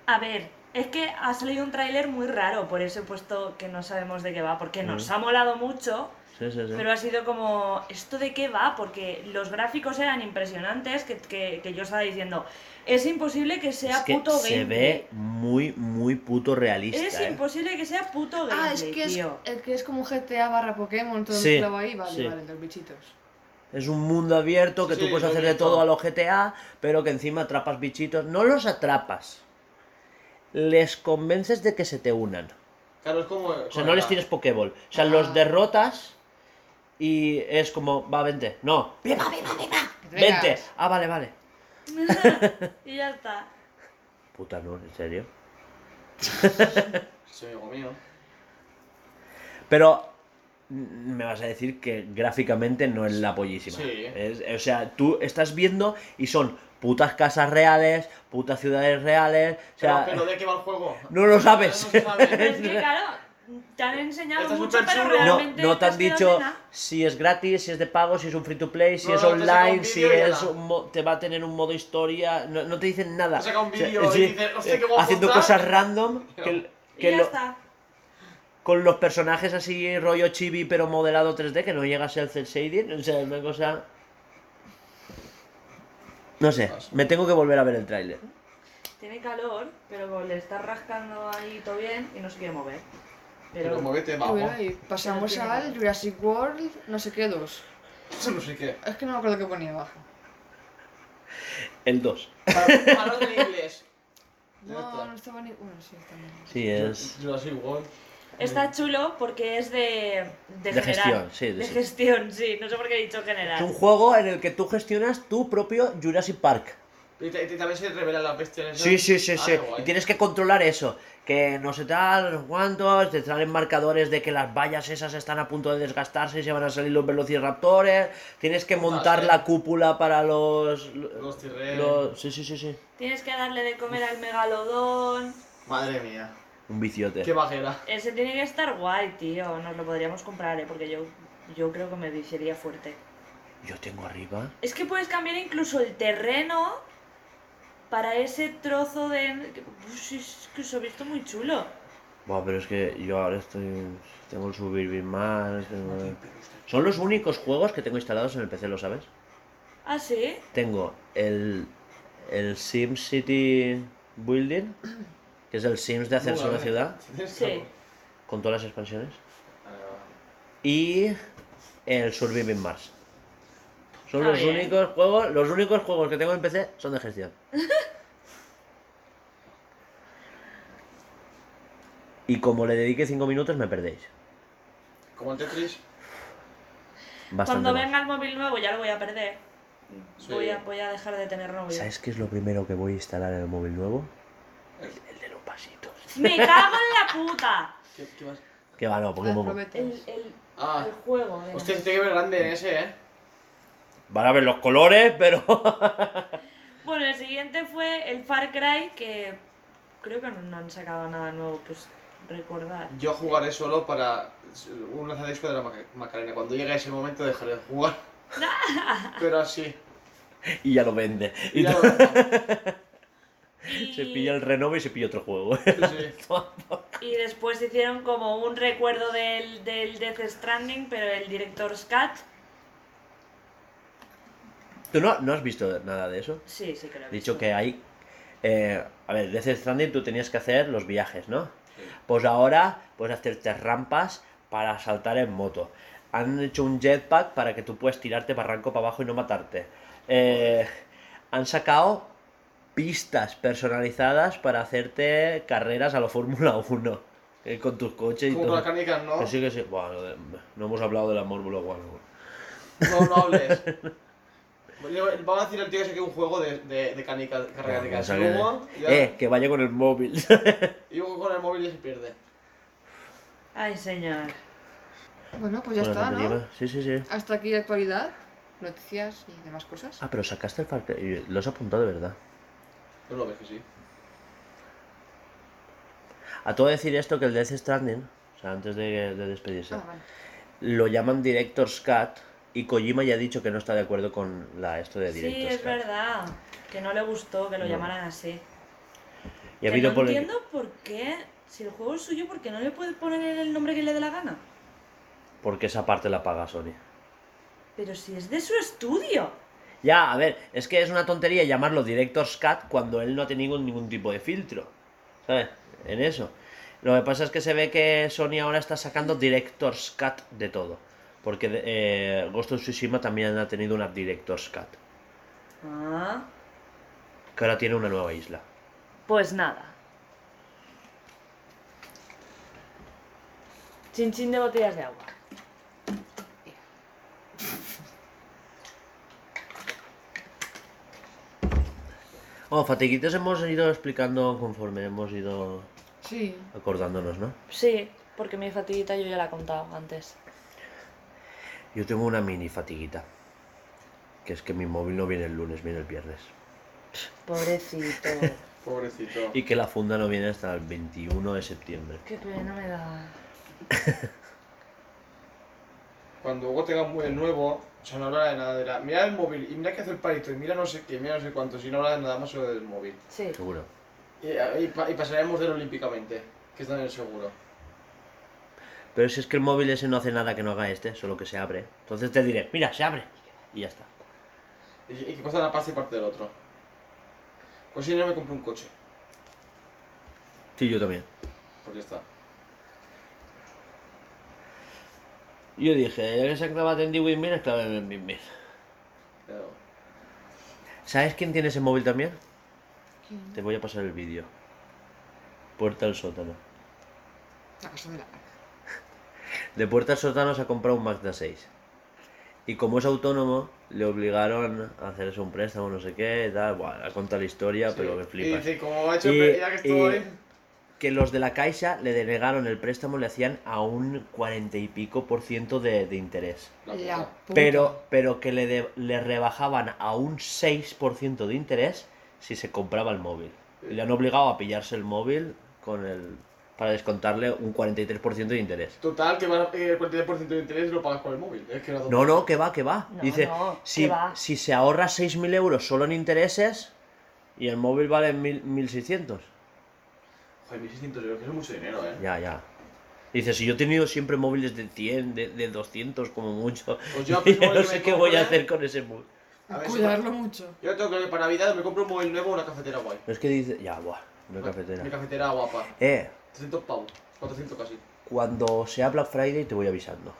A ver, es que ha salido un tráiler muy raro, por eso he puesto que no sabemos de qué va, porque nos Mm. ha molado mucho, Sí, sí, sí. pero ha sido como, ¿esto de qué va? Porque los gráficos eran impresionantes, que, que- que yo estaba diciendo, es imposible que sea es que puto se gameplay. ve muy, muy puto realista. Es ¿eh? imposible que sea puto gameplay, Ah, es que es, tío. el que es como GTA barra Pokémon, todo Sí, mezclado ahí. Vale, sí. vale, los bichitos. Es un mundo abierto que Sí, tú puedes lo he hacer de visto. todo a los GTA, pero que encima atrapas bichitos. No los atrapas. Les convences de que se te unan. Claro, es como. O sea, no les tienes Pokéball. O sea, Ah. los derrotas y es como, va, vente. No, viva, viva, viva. Venga. Vente. Ah, vale, vale. y ya está. Puta, no, en serio. Sí, amigo mío. Pero mm, me vas a decir que gráficamente no es la pollísima. Sí. Es- o sea, tú estás viendo y son putas casas reales, putas ciudades reales. O sea, pero, pero ¿de qué va el juego? no lo sabes. No se (laughs) sabe. Pero es que claro, te han enseñado Está mucho, pero superchulo. No, No, realmente no te han has quedado dicho sin nada. si es gratis, si es de pago, si es un free to play, si No, es no, te saca un online, si vídeo y ya es está. un mo- te va a tener un modo historia, no, no te dicen nada. Te saca un O sea, vídeo y sí, dices, "Hostia, eh, qué guapo haciendo está". cosas (laughs) random que, Y que ya lo- está. con los personajes así rollo chibi pero modelado 3D que no llega a ser cel shading, o sea, es una cosa no sé, me tengo que volver a ver el tráiler. Tiene calor, pero como le está rascando ahí todo bien y no se quiere mover. Pero, Pero muévete, Y bueno, vamos. y pasamos Pero tiene al razón. Jurassic World, no sé qué dos. Eso no sé qué. Es que no me acuerdo qué ponía abajo. El 2. Para, para los de inglés. No, no estaba ni. Bueno, sí, está bien. Ah, Sí, es Jurassic World. está chulo porque es de, de, De general. gestión, sí, de- De sí. gestión, sí. No sé por qué he dicho es un general. juego en el que tú gestionas tu propio Jurassic Park. Y, te- y también se revelan las bestias. esas. Sí, sí, sí, Ah, sí. qué guay. Y tienes que controlar eso. Que no se tal, no sé cuántos, te salen marcadores de que las vallas esas están a punto de desgastarse y se van a salir los velociraptores. Tienes que montar sí. la cúpula para los. Los tirreos. los- Sí, sí, sí, sí. Tienes que darle de comer al megalodón. Madre mía. Un viciote. Qué bajera. Ese tiene que estar guay, tío. Nos lo podríamos comprar, ¿eh? Porque yo, yo creo que me viciaría fuerte. Yo tengo arriba. Es que puedes cambiar incluso el terreno para ese trozo de... Uf, es que se ha visto muy chulo. Buah, pero es que yo ahora estoy. Tengo el subir bien más. tengo- Son los únicos juegos que tengo instalados en el PC, ¿lo sabes? ¿Ah, sí? Tengo el. El SimCity Building, que es el Sims de hacerse Bueno, una eh. ciudad. Tienes Sí. algo. con todas las expansiones. Vale, vale. Y el Surviving Mars. Son Está los Ah, bien. únicos juegos, los únicos juegos que tengo en PC son de (laughs) gestión. y como le dedique 5 minutos me perdéis. Como el Tetris. Bastante. Cuando más. venga el móvil nuevo ya lo voy a perder. Sí. Voy, a, voy a dejar de tener novio. ¿Sabes qué es lo primero que voy a instalar en el móvil nuevo? El de los pasitos. ¡Me cago en la puta! ¿Qué, qué más? Que va, no, Ah, Pokémon. Go. El, Alfabetos. el- Ah. el juego. de- Hostia, se tiene que ver grande en ese, eh. Van a ver los colores, pero. (laughs) Bueno, el siguiente fue el Far Cry, que creo que no, no han sacado nada nuevo, pues recordar. Yo jugaré solo para un lanzadisco de la Maca- Macarena. Cuando llegue ese momento dejaré de jugar. Pero así. y ya lo vende. Y Ya to- lo dejo. (laughs) Y, se pilla el renove y se pilla otro juego. (laughs) Sí, sí. y después hicieron como un recuerdo del, del Death Stranding, pero el director Scott. ¿Tú no, no has visto nada de eso? Sí, sí que lo he visto. dicho que hay. eh, a ver, Death Stranding tú tenías que hacer los viajes, ¿no? Pues ahora puedes hacerte rampas para saltar en moto. Han hecho un jetpack para que tú puedas tirarte barranco para abajo y no matarte. Eh, han sacado pistas personalizadas para hacerte carreras a la Fórmula 1 eh, con tus coches y Como con todo. las canicas, ¿no? Que sí, que sí. Buah, lo de- no hemos hablado de la Fórmula 1. No, (laughs) no hables. Yo- Vamos a decir al tío ese que es un juego de, de, de canicas, carrera de canicas. Y luego, ya- Eh, que vaya con el móvil. y luego con el móvil ya se pierde. Ay, señor. Bueno, pues (laughs) ya Bueno, está, ¿no? tontería más. Sí, sí, sí. Hasta aquí actualidad, noticias y demás cosas. Ah, pero sacaste el Far Cry. Lo has apuntado de verdad. No lo ves que sí. A todo decir esto que el Death Stranding, o sea, antes de, de despedirse, Ah, vale. lo llaman Director's Cut y Kojima ya ha dicho que no está de acuerdo con la esto de Sí, Director's es Cut. verdad. Que no le gustó que lo No. llamaran así. Y ha que habido no polémica- entiendo por qué, si el juego es suyo, ¿por qué no le puedes poner el nombre que le dé la gana? porque esa parte la paga Sony. Pero si es de su estudio. Ya, a ver, es que es una tontería llamarlo Director's Cut cuando él no ha tenido ningún tipo de filtro. ¿Sabes? En eso. Lo que pasa es que se ve que Sony ahora está sacando Director's Cut de todo. Porque eh, Ghost of Tsushima también ha tenido una Director's Cut. Ah, Que ahora tiene una nueva isla. pues nada. Chin chin de botellas de agua. Bueno, fatiguitos hemos ido explicando conforme hemos ido Sí, acordándonos, ¿no? Sí, porque mi fatiguita yo ya la he contado antes. Yo tengo una mini fatiguita. Que es que mi móvil no viene el lunes, viene el viernes. (laughs) Pobrecito. Pobrecito. Y que la funda no viene hasta el 21 de septiembre. Qué pena me da. Cuando luego tengas un móvil nuevo, o sea, no hablará de nada de la... Mira el móvil y mira que hace el palito y mira no sé qué, mira no sé cuánto, si no hablará de nada más sobre el móvil. Sí. Seguro. Y, y, pa- y pasaremos de él olímpicamente, que está en el seguro. Pero si es que el móvil ese no hace nada que no haga este, solo que se abre. Entonces te diré, mira, se abre. Y ya está. Y, y que cuesta la pasta y parte del otro. Pues si no me compro un coche, Sí, yo también. pues ya está. Yo dije, ya que se ha clavado en Winmin, es clavado en Winmin. Pero... ¿Sabes quién tiene ese móvil también? ¿quién? Te voy a pasar el vídeo. Puerta al sótano. La casa de la De Puerta al sótano se ha comprado un Mazda 6. Y como es autónomo, le obligaron a hacerse un préstamo, no sé qué, y tal. Bueno, ha contado la historia, pero que Sí. flipas. Y dice, como ha hecho, Y- ya que estoy... y- que los de la Caixa le denegaron el préstamo, le hacían a un 40 y pico por ciento de, de interés. La La puta. puta. Pero, pero que le, de- le rebajaban a un 6% de interés si se compraba el móvil. Y le han obligado a pillarse el móvil con el para descontarle un 43% de interés. Total, que va, eh, el 43% de interés lo pagas con el móvil. Es que no, No, no, que va, que va. No, Dice, no, si, que va. si se ahorra 6.000 euros solo en intereses y el móvil vale 1.000 1.600. Joder, 1600 euros, que eso es mucho dinero, eh. Ya, ya. Dice, si yo he tenido siempre móviles de 100, de, de 200 como mucho, (laughs) Pues yo, y pues, yo no móvil sé me qué compro, voy a ¿eh? hacer con ese móvil. A ver si- Cuidarlo mucho. Yo tengo que para Navidad me compro un móvil nuevo o una cafetera guay. No es que dice, ya, buah, una Una cafetera. cafetera guapa. Eh, 300 pavos, 400 casi. cuando sea Black Friday te voy avisando.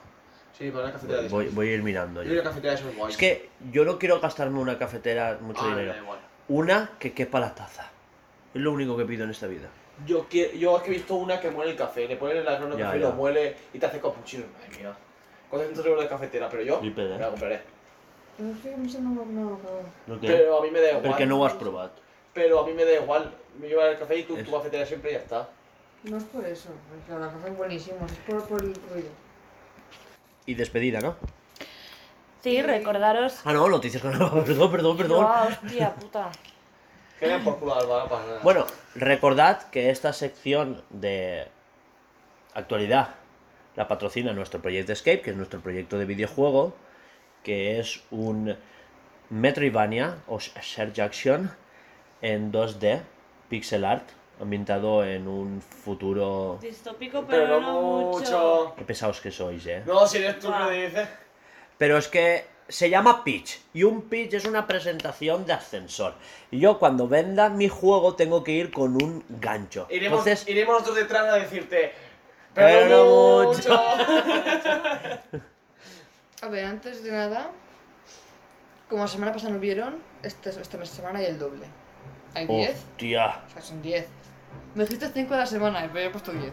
Sí, para una cafetera de Voy, esas. voy a ir mirando Yo una yo. cafetera de esas guay. Es que yo no quiero gastarme una cafetera mucho Ah, da dinero. igual. Una que quepa la taza. Es lo único que pido en esta vida. Yo, quie- yo es que he visto una que muele el café, le ponen el grano de Ya, café, ya. lo muele y te hace cappuccino. Madre mía. 400 euros de cafetera, pero yo Flipe, eh. me la compraré. No sé, no sé, no, no, no, no. No que, Pero a mí me da igual. perquè no ho has provat. Pero a mí me da igual. Me lleva el café y tú Es- tu cafetera siempre y ya está. No es por eso, o sea, los hacen buenísimos, es por, por el ruido. Y despedida, ¿no? Sí, recordaros. Ah, no, noticias con... (laughs) Perdón, perdón, perdón. Buah, hostia puta. Que vean por culo al bar, no pasa nada. Bueno, recordad que esta sección de actualidad la patrocina nuestro proyecto Escape, que es nuestro proyecto de videojuego, que es un Metroidvania o Search Action en 2D, pixel art, ambientado en un futuro... Distópico, pero, no mucho. Qué pesados que sois, ¿eh? No, si eres tú que me dices. Pero es que se llama pitch y un pitch es una presentación de ascensor. Y yo cuando venda mi juego tengo que ir con un gancho. Iremos, Entonces, iremos nosotros detrás a decirte. Pero Pero, no no mucho". mucho. (laughs) A ver, antes de nada, como la semana pasada no vieron, esta, esta semana hay el doble. Hay 10, hostia. o sea, son 10. Me dijiste 5 de la semana, eh, pero yo he puesto 10.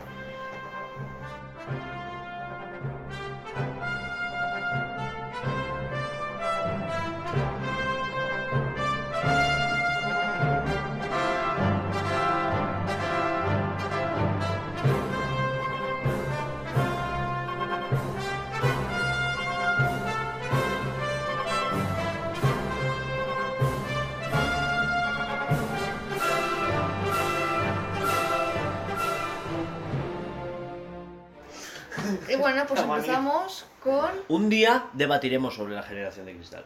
Bueno, pues Toma, mira. empezamos con Un día debatiremos sobre la generación de cristal.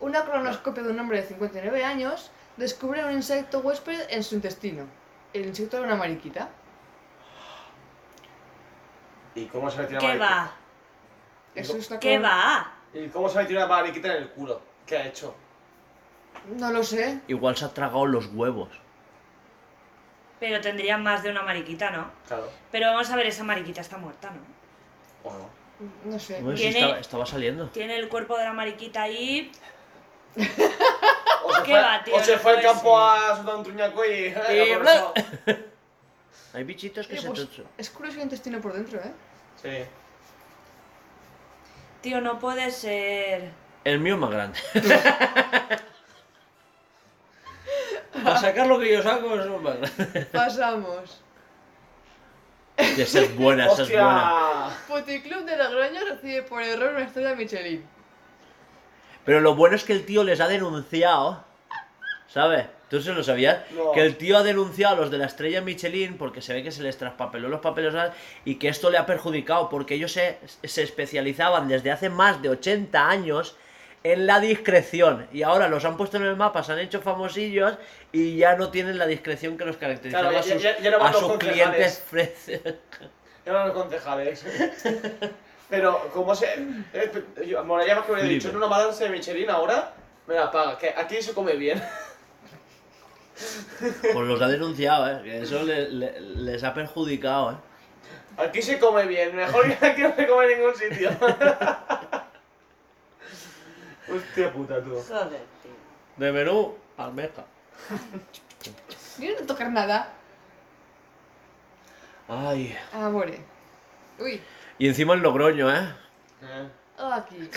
una cronoscopia de un hombre de 59 años. Descubre un insecto huésped en su intestino. El insecto era una mariquita. ¿Y cómo se le tira ¿Qué mariquita? va? Eso está ¿Qué con- va? ¿Y cómo se le tira una mariquita en el culo? ¿Qué ha hecho? No lo sé. Igual se ha tragado los huevos. Pero tendrían más de una mariquita, ¿no? Claro. Pero vamos a ver, esa mariquita está muerta, ¿no? ¿O (laughs) no? No sé. Bueno, si Tiene- estaba, estaba saliendo. Tiene el cuerpo de la mariquita ahí. O se ¿Qué fue, va, tío? o se No fue al puede campo ser. a soltar un truñaco y... (laughs) Eh, aprovechó. Hay bichitos que Oye, se pues, tucho- es curioso el intestino por dentro, ¿eh? sí. Tío, no puede ser. El mío es más grande. Para sacar lo que yo saco es más grande. Pasamos. Esa es buena, esa es buena. ¡Hostia! Puticlub de Logroño recibe por error una estrella Michelin. Pero lo bueno es que el tío les ha denunciado. ¿Sabes? ¿Tú se lo sabías? No. Que el tío ha denunciado a los de la estrella Michelin porque se ve que se les traspapeló los papeles ¿sabes? y que esto le ha perjudicado porque ellos se, se especializaban desde hace más de 80 años en la discreción y ahora los han puesto en el mapa, se han hecho famosillos y ya no tienen la discreción que los caracterizaba Claro, a ya- sus, ya- ya no van a los sus clientes. fre- Eran los (laughs) concejales. Pero, como se...? eh, yo- Bueno, ya más que me he dicho, en Libre. una balanza de Michelin ahora, me la paga, que aquí se come bien. Pues los ha denunciado, ¿eh? Que eso le- le- les ha perjudicado, ¿eh? Aquí se come bien, mejor que aquí no se come en (laughs) ningún sitio. Hostia puta, tú. Joder, tío. De menú, almeja. Yo no tocar nada. Ay. Amore. Uy, Y encima en Logroño, ¿eh? Eh, Ah, aquí.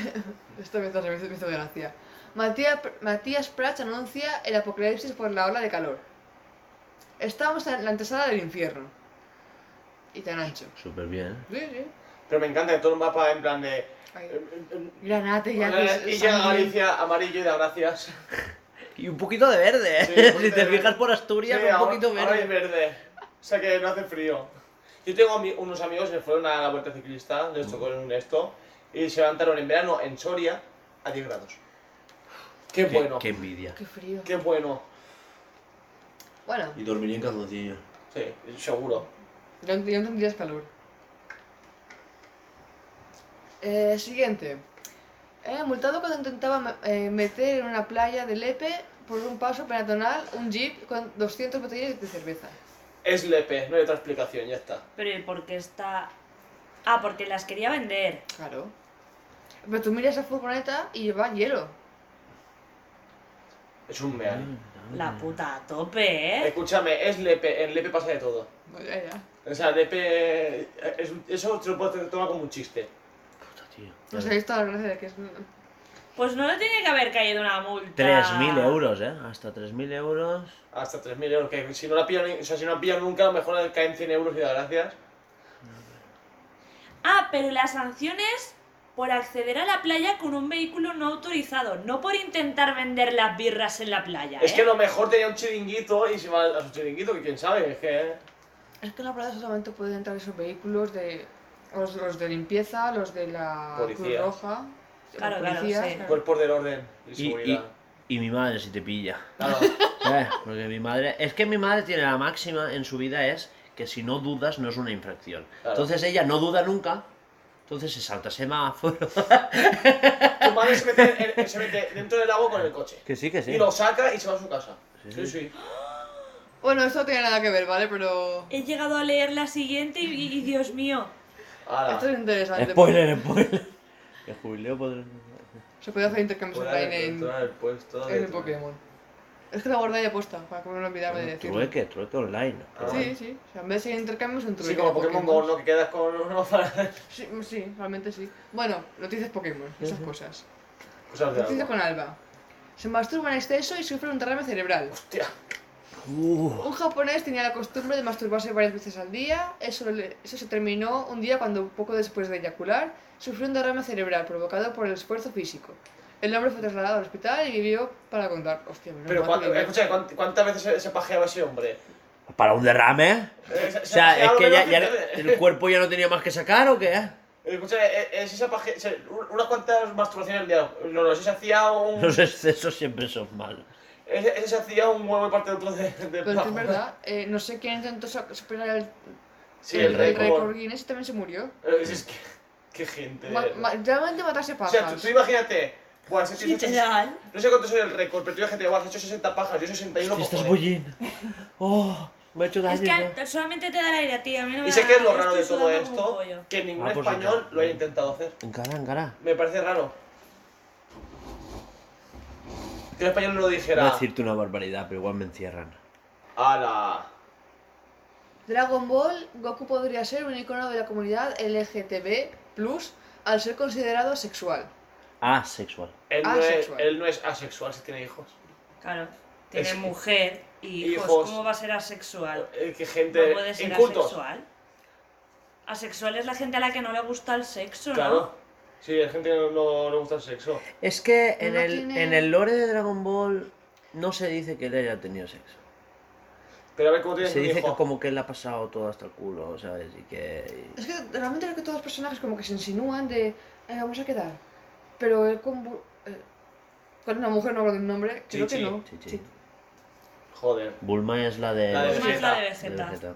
(laughs) Esto me hizo, me hizo- me hizo gracia. Matías, Matías Prats anuncia el apocalipsis por la ola de calor. Estamos en la antesala del infierno. Y tan ancho. Súper bien. Sí, sí. Pero me encanta que todo el mapa en plan de... Ahí. eh, eh, Granate, ya que eh, es- Y es ya sangre. Galicia amarillo y da gracias. Y un poquito de verde, ¿eh? Sí, un poquito (laughs) si te de fijas verde. por Asturias, Sí, un ahora- poquito Ahora es verde. verde. O sea que no hace frío. Yo tengo ami- unos amigos que fueron a la vuelta ciclista, les tocó Mm. en esto, y se levantaron en verano en Soria a 10 grados. Qué, Qué, bueno. qué Qué... envidia. Qué frío. bueno. Bueno, Y dormiría en calzoncillo. Sí, seguro. yo no tendrías calor. Eh, siguiente. Eh, multado cuando intentaba me- eh, meter en una playa de Lepe por un paso peatonal un jeep con 200 botellas de cerveza. Es Lepe, no hay otra explicación, ya está. Pero ¿y por qué está.? Ah, porque las quería vender. Claro. Pero tú miras la furgoneta y lleva hielo. Es un meal. Mm. La puta a tope, ¿eh? Escúchame, es Lepe, en Lepe pasa de todo. Ya, ya. O sea, Lepe. eh, es un- eso te lo puedes tomar como un chiste. Puta, tío. No sabéis toda la gracia de que es. Pues no le tiene que haber caído una multa. 3.000 euros, ¿eh? Hasta 3.000 euros. Hasta 3.000 euros, que si no la pillan, ni- o sea, si no la pillan nunca, a lo mejor le caen 100 euros y da gracias. Ah, pero las sanciones por acceder a la playa con un vehículo no autorizado, no por intentar vender las birras en la playa. Es ¿eh? que a lo mejor tenía un chiringuito y se va a su chiringuito, que quién sabe, es que. ¿eh? Es que en la playa solamente pueden entrar esos vehículos de. Los, los de limpieza, los de la Cruz Policía. Roja. los Claro, claro, sí. Mm. Cuerpos del orden y Y, y, seguridad. y mi madre si te pilla. Claro, Eh, Porque mi madre. Es que mi madre tiene la máxima en su vida es que si no dudas no es una infracción. Claro. Entonces ella no duda nunca. Entonces se salta semáforo. tu madre se mete, en- se mete dentro del agua con el coche. Que sí, que Y lo saca y se va a su casa. Sí, sí. Bueno, esto no tiene nada que ver, ¿vale? Pero. He llegado a leer la siguiente y, y- y, Dios mío. Ahora, Esto es interesante. (laughs) Spoiler, spoiler. El jubileo podrá. Se puede hacer intercambios fuera online de en, control el puesto en de el Pokémon. Es que la guardé de posta, para que no olvidarme de decirlo. Trueque, trueque online. Ah. Sí, sí. O sea, en vez de ser intercambios, un trueque. Sí, como de Pokémon Pokémon. Go, ¿no? Que quedas con (laughs) uno para. Sí, sí, realmente sí. Bueno, noticias Pokémon, esas cosas. Cosas de Noticias agua. con Alba. Se masturba en exceso y sufre un derrame cerebral. Hostia, Uh, Un japonés tenía la costumbre de masturbarse varias veces al día. Eso, le- eso se terminó un día cuando, poco después de eyacular, sufrió un derrame cerebral provocado por el esfuerzo físico. El hombre fue trasladado al hospital y vivió para contar. Hostia, menos pero mal que cuánto- vivió. escucha, ¿cuánt- ¿cuántas veces se, se pajeaba ese hombre? ¿Para un derrame? Eh, se- O se ha sea, es bajado que ya, menos ya internet. el cuerpo ya no tenía más que sacar o qué. Escucha, eh, es esa paje- se- un- unas cuantas masturbaciones al día. No, no, ese se hacía un. Los excesos siempre son malos. Ese, ese se hacía un huevo y parte de otro de, de Pero es que plato. es verdad, eh, no sé quién intentó sa- superar el, Sí, el el, récord. récord Guinness y también se murió. Eh, Es que. Qué gente. Ma- ma- realmente matarse Eh, o pajas. sea, tú, tú imagínate. Buah, si has hecho- Literal. no sé cuánto soy el récord, pero tú imagínate, buah, has hecho 60 pajas, yo 61. Hostia, estás cojones. bullín. eh. Oh, me ha hecho daño. Es que ¿no? a- solamente te da el aire, tío. A mí no me Y sé da que es lo nada, raro de estoy todo sudando como esto, un pollo. que ningún Ah, pues español acá. lo haya intentado hacer. Encara, encara. Me parece raro. Que el español no lo Voy a dijera. decirte una barbaridad, pero igual me encierran. ¡Hala! Dragon Ball, Goku podría ser un icono de la comunidad LGTB+, al ser considerado sexual. Ah, sexual. Él no, es, Asexual. él no es asexual si tiene hijos. Claro. Tiene Es- mujer y hijos. hijos. ¿Cómo va a ser asexual? Eh, Que No gente. puede ser incultos. asexual. Asexual es la gente a la que no le gusta el sexo, ¿no? Claro. Sí, hay gente que no, no le gusta el sexo. Es que en No el, tiene- en el lore de Dragon Ball no se dice que él haya tenido sexo. Pero a ver cómo tienes Se un dice que hijo. como que él ha pasado todo hasta el culo, ¿sabes? Y que... Es que realmente creo que todos los personajes como que se insinúan de, "Ay, vamos a quedar. Pero él con... bu- eh, con una mujer, no hablo del nombre, creo Chichi. que no. Sí, sí. Sí, Joder. Bulma es la de... La de Como es la de de Vegeta. Vegeta.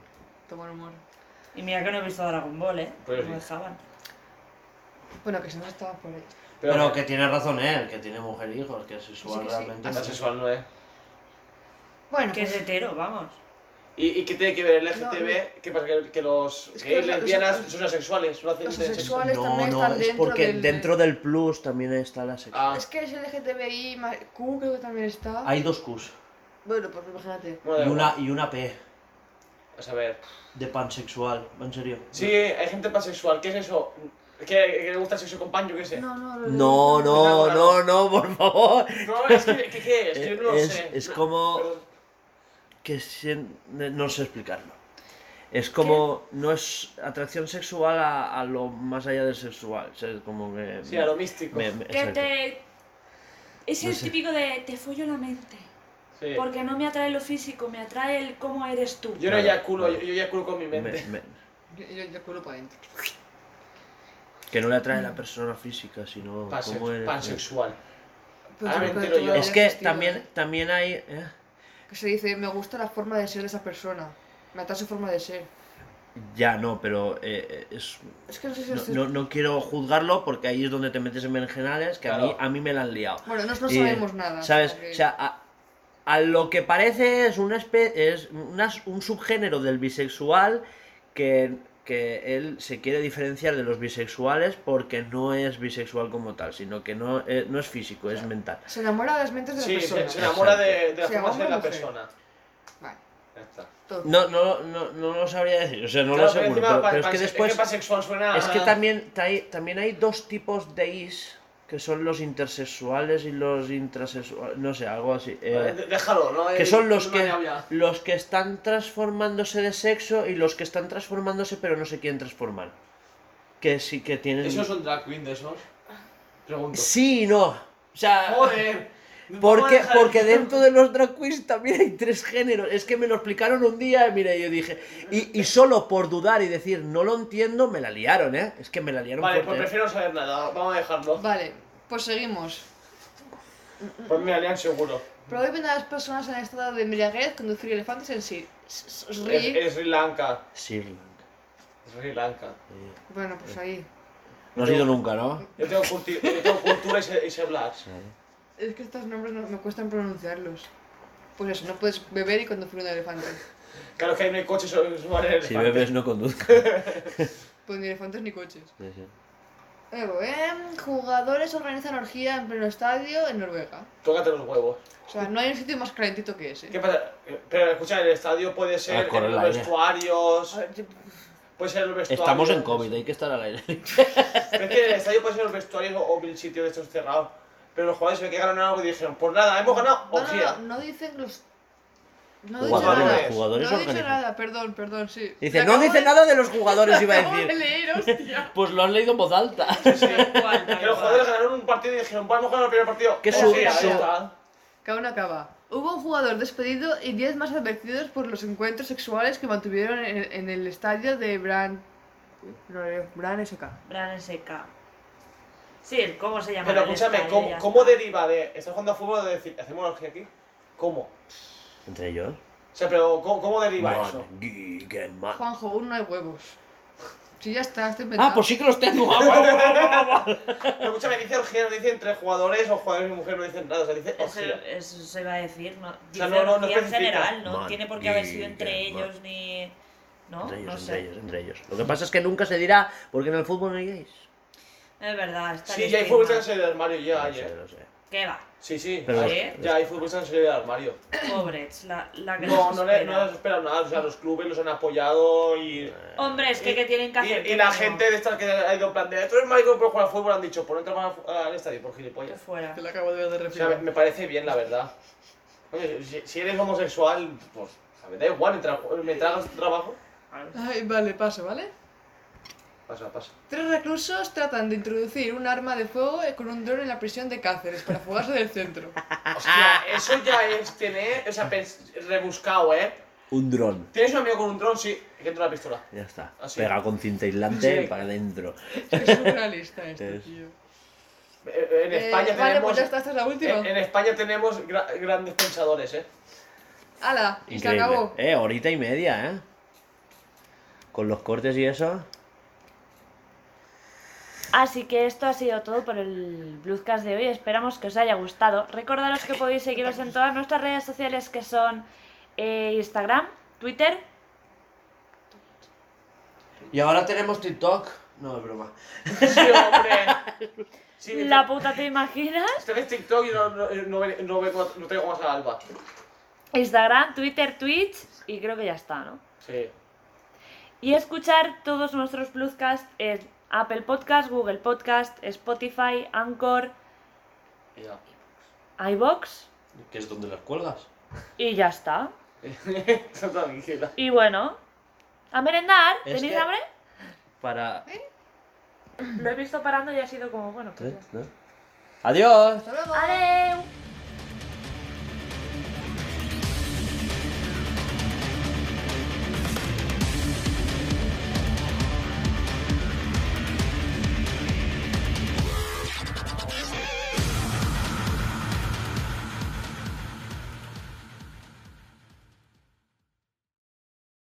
toma el humor. Y mira que no he visto Dragon Ball, ¿eh? Pues no sí. dejaban. Bueno, que se nos estaba por ahí. Pero, Pero que tiene razón él, que tiene mujer e hijos, que es Sí sexual que sí. realmente. no. asexual no eh? es. Bueno, Que es pues, hetero, vamos. ¿Y, ¿Y qué tiene que ver el No, LGTB? ¿Qué pasa? Que, que los Es que gays, los- los- lesbianas los- son asexuales, no hacen los de sexo. asexuales- sexuales también no, están es dentro porque del- dentro del plus también está la sexual. Ah, es que es LGTBI, ma- Q creo que también está. Hay dos Qs Bueno, pues imagínate. bueno, da y igual. una, y una P A saber. de pansexual, en serio. Sí, hay gente pansexual. ¿Qué es eso? ¿Que, que le gusta el sexo con pan? Yo qué sé. No, No, no, lo- No, no, no, no, por favor. Eh, es que, ¿qué, qué es? Yo no lo Es- sé. es No, como- perdón. que sien- no sé explicarlo. Es como no es atracción sexual a, a lo más allá del sexual, o sea, es como que Sí, a lo místico. me- me- Que exacto. te... Es No el sé. típico de te follo la mente. Sí. Porque no me atrae lo físico, me atrae el cómo eres tú. Yo no Vale, eyaculo, vale. yo, yo eyaculo con mi me- mente. me- Yo, yo, yo culo para adentro. que no le atrae Mm. la persona física, sino Panse- cómo eres. pansexual. Pero Pues Ah, yo me creo que entero todavía yo. no Es ha que existido, también ¿eh? también hay ¿eh? Que se dice, me gusta la forma de ser de esa persona. Me atrae su forma de ser. ya no, pero eh, eh, es Es este- que no sé si no, estoy- no- no quiero juzgarlo porque ahí es donde te metes en berenjenales que a mí Claro. a mí me la han liado. Bueno, no, Ah, no Y, sabemos nada. ¿Sabes? porque- O sea, a, a lo que parece es, una espe- es una- un subgénero del bisexual que, que él se quiere diferenciar de los bisexuales porque no es bisexual como tal, sino que no, eh, no es físico, es mental. Se enamora de las mentes de Sí, las se, personas. se enamora de, de la Sí, forma de hombre ser de la o mujer. persona. Vale, Ya está. todo. No, no, no, no lo sabría decir, o sea, no Claro, lo aseguro, encima pero, pan- pero es que panse- después... pansexual suena. Es que a- también, hay, también hay dos tipos de is que son los intersexuales y los intrasexuales, no sé, algo así. eh, Eh, de- Déjalo, ¿no? que Eh, son los es que una ñavia. los que están transformándose de sexo y los que están transformándose pero no se quieren transformar. Que sí que tienen ¿Esos son drag queen de esos? Pregunto. Sí, y no. O sea, ¡Joder! Vamos a porque dejar- porque dentro de los drag queens también hay tres géneros. Es que me lo explicaron un día, mira, y yo dije, y, y solo por dudar y decir, no lo entiendo, me la liaron, ¿eh? Es que me la liaron Vale, pues fuerte, ¿eh? prefiero no saber nada, vamos a dejarlo. Vale, pues seguimos. Pues me harían seguro. Prohíben a las personas en estado de embriaguez conducir elefantes en sí. Es, Ri. es Sri Lanka. Sri Lanka. Sri Lanka. eh. Bueno, pues ahí. No has ido nunca, ¿no? Yo tengo, culti- yo tengo cultura y sé, y sé hablar. Es que estos nombres no, me cuestan pronunciarlos. Pues eso, no puedes beber y conducir un elefante. Claro que ahí no hay coches, solo es un Si elefante. bebes no conduzcas. Pues ni elefantes ni coches. Luego, ¿eh? Jugadores organizan orgía en pleno estadio en Noruega. Tócate los huevos. O sea, no hay un sitio más calentito que ese. ¿Qué pasa? Eh, Pero escucha, el estadio puede Ah, ser corre el en los aire. A vestuarios, ver, yo- puede ser en los vestuarios. Estamos en COVID, hay que estar al aire. Pero Es que el estadio puede ser los vestuarios o- o mil sitios de estos cerrados. Pero los jugadores se ve que ganaron algo y dijeron, pues nada, hemos ganado, No, no, orgía. no, no dicen los. No dice Jugadores, nada. Jugadores. jugadores No he dicho organizan. nada, perdón, perdón, sí. (laughs) Dice, Me no acabo dice de- nada de los jugadores, iba acabo a de decir. leer, hostia. Pues lo han leído en voz alta. Tal cual, tal Que los cual. jugadores ganaron un partido y dijeron, vamos a ganar el primer partido. Que su- orgía, ahí su- está. Cada uno acaba. Hubo un jugador despedido y 10 más advertidos por los encuentros sexuales que mantuvieron en, en el estadio de Bran. no, eh, Bran SK. Bran SK. Sí, el cómo se llama. Pero el escúchame, estadio ¿cómo, ya cómo está. deriva de. Estás jugando a fútbol de decir, ¿hacemos una orgía aquí? ¿Cómo? O Entre ellos. sea, pero ¿cómo, cómo deriva Man, eso? geek, man. Juanjo, uno no hay huevos. Sí, ya está, estoy inventado. Ah, pues sí que los tengo. Ah, guau, guau, guau, guau, guau. Pero escúchame, dice orgía, no dice entre jugadores o jugadores y mujer, no dicen nada, o sea, dice Eso, orgía. eso se va a decir, ¿no? sea, Dice no- no- no orgía en especifica. general, ¿no? Man, Tiene por qué haber y- sido que- entre ellos ni. ¿No? Entre ellos, no entre sé. ellos, entre ellos. Lo que pasa es que nunca se dirá porque en el fútbol no hay gays. Es verdad, está Sí, el ya hay estigma. futbolistas en serio de armario Ah, ya, No sé, ayer. no sé. ¿Qué va? Sí, sí. Pero- ¿Eh? hay- ya hay futbolistas en serio de armario. (laughs) Pobres, la, la que No, nos no, le, espera. no les esperan nada, o sea, los clubes los han apoyado y... Hombre, es que, Y- ¿qué tienen que Y, hacer? y que la no- gente de estas que ha ido en plan de, tú eres marico por jugar al fútbol, han dicho, por no entrar al- al estadio, por que gilipollas. fuera. Te lo acabo de ver de O sea, me, refilón. me parece bien, la verdad. Oye, si, si eres homosexual, pues, a ver, da igual, mientras, mientras hagas tu trabajo, Ay, vale, paso, ¿vale? pasa, pasa. Tres reclusos tratan de introducir un arma de fuego eh, con un dron en la prisión de Cáceres para fugarse del (laughs) centro. Ah, Hostia, eso ya es tener, o sea, pens- rebuscado, ¿eh? Un dron. Tienes un amigo con un dron, sí, que tiene una pistola. Ya está. Así. Pegado con cinta aislante Sí. para adentro. Es surrealista esto, Es- este, tío. Eh, eh, En Eh, España Vale, pues tenemos... ya está, esta es la última. en, en España tenemos gra- grandes pensadores, (laughs) ¿eh? ¡Hala! Y se Increíble. acabó. Eh, horita y media, ¿eh? Con los cortes y eso. Así que esto ha sido todo por el Bluescast de hoy. Esperamos que os haya gustado. Recordaros que podéis seguirnos en todas nuestras redes sociales que son eh, Instagram, Twitter. Y ahora tenemos TikTok. No, es broma. Sí, hombre. Sí, La puta te imaginas. Este vez TikTok y no, no, no, ve- no, ve- no tengo más a Alba. Instagram, Twitter, Twitch y creo que ya está, ¿no? Sí. Y escuchar todos nuestros Bluescast en Apple Podcast, Google Podcast, Spotify, Anchor, Ya. (laughs) iBox ¿Qué es donde las cuelgas? y ya está. Está tranquila. Y bueno, a merendar. Es ¿Tenéis que- hambre? Para. Lo he visto parando y ha sido como, bueno, pues ¿qué ¿Eh? ¿No? ¡Adiós! ¡Hasta luego! Adeu.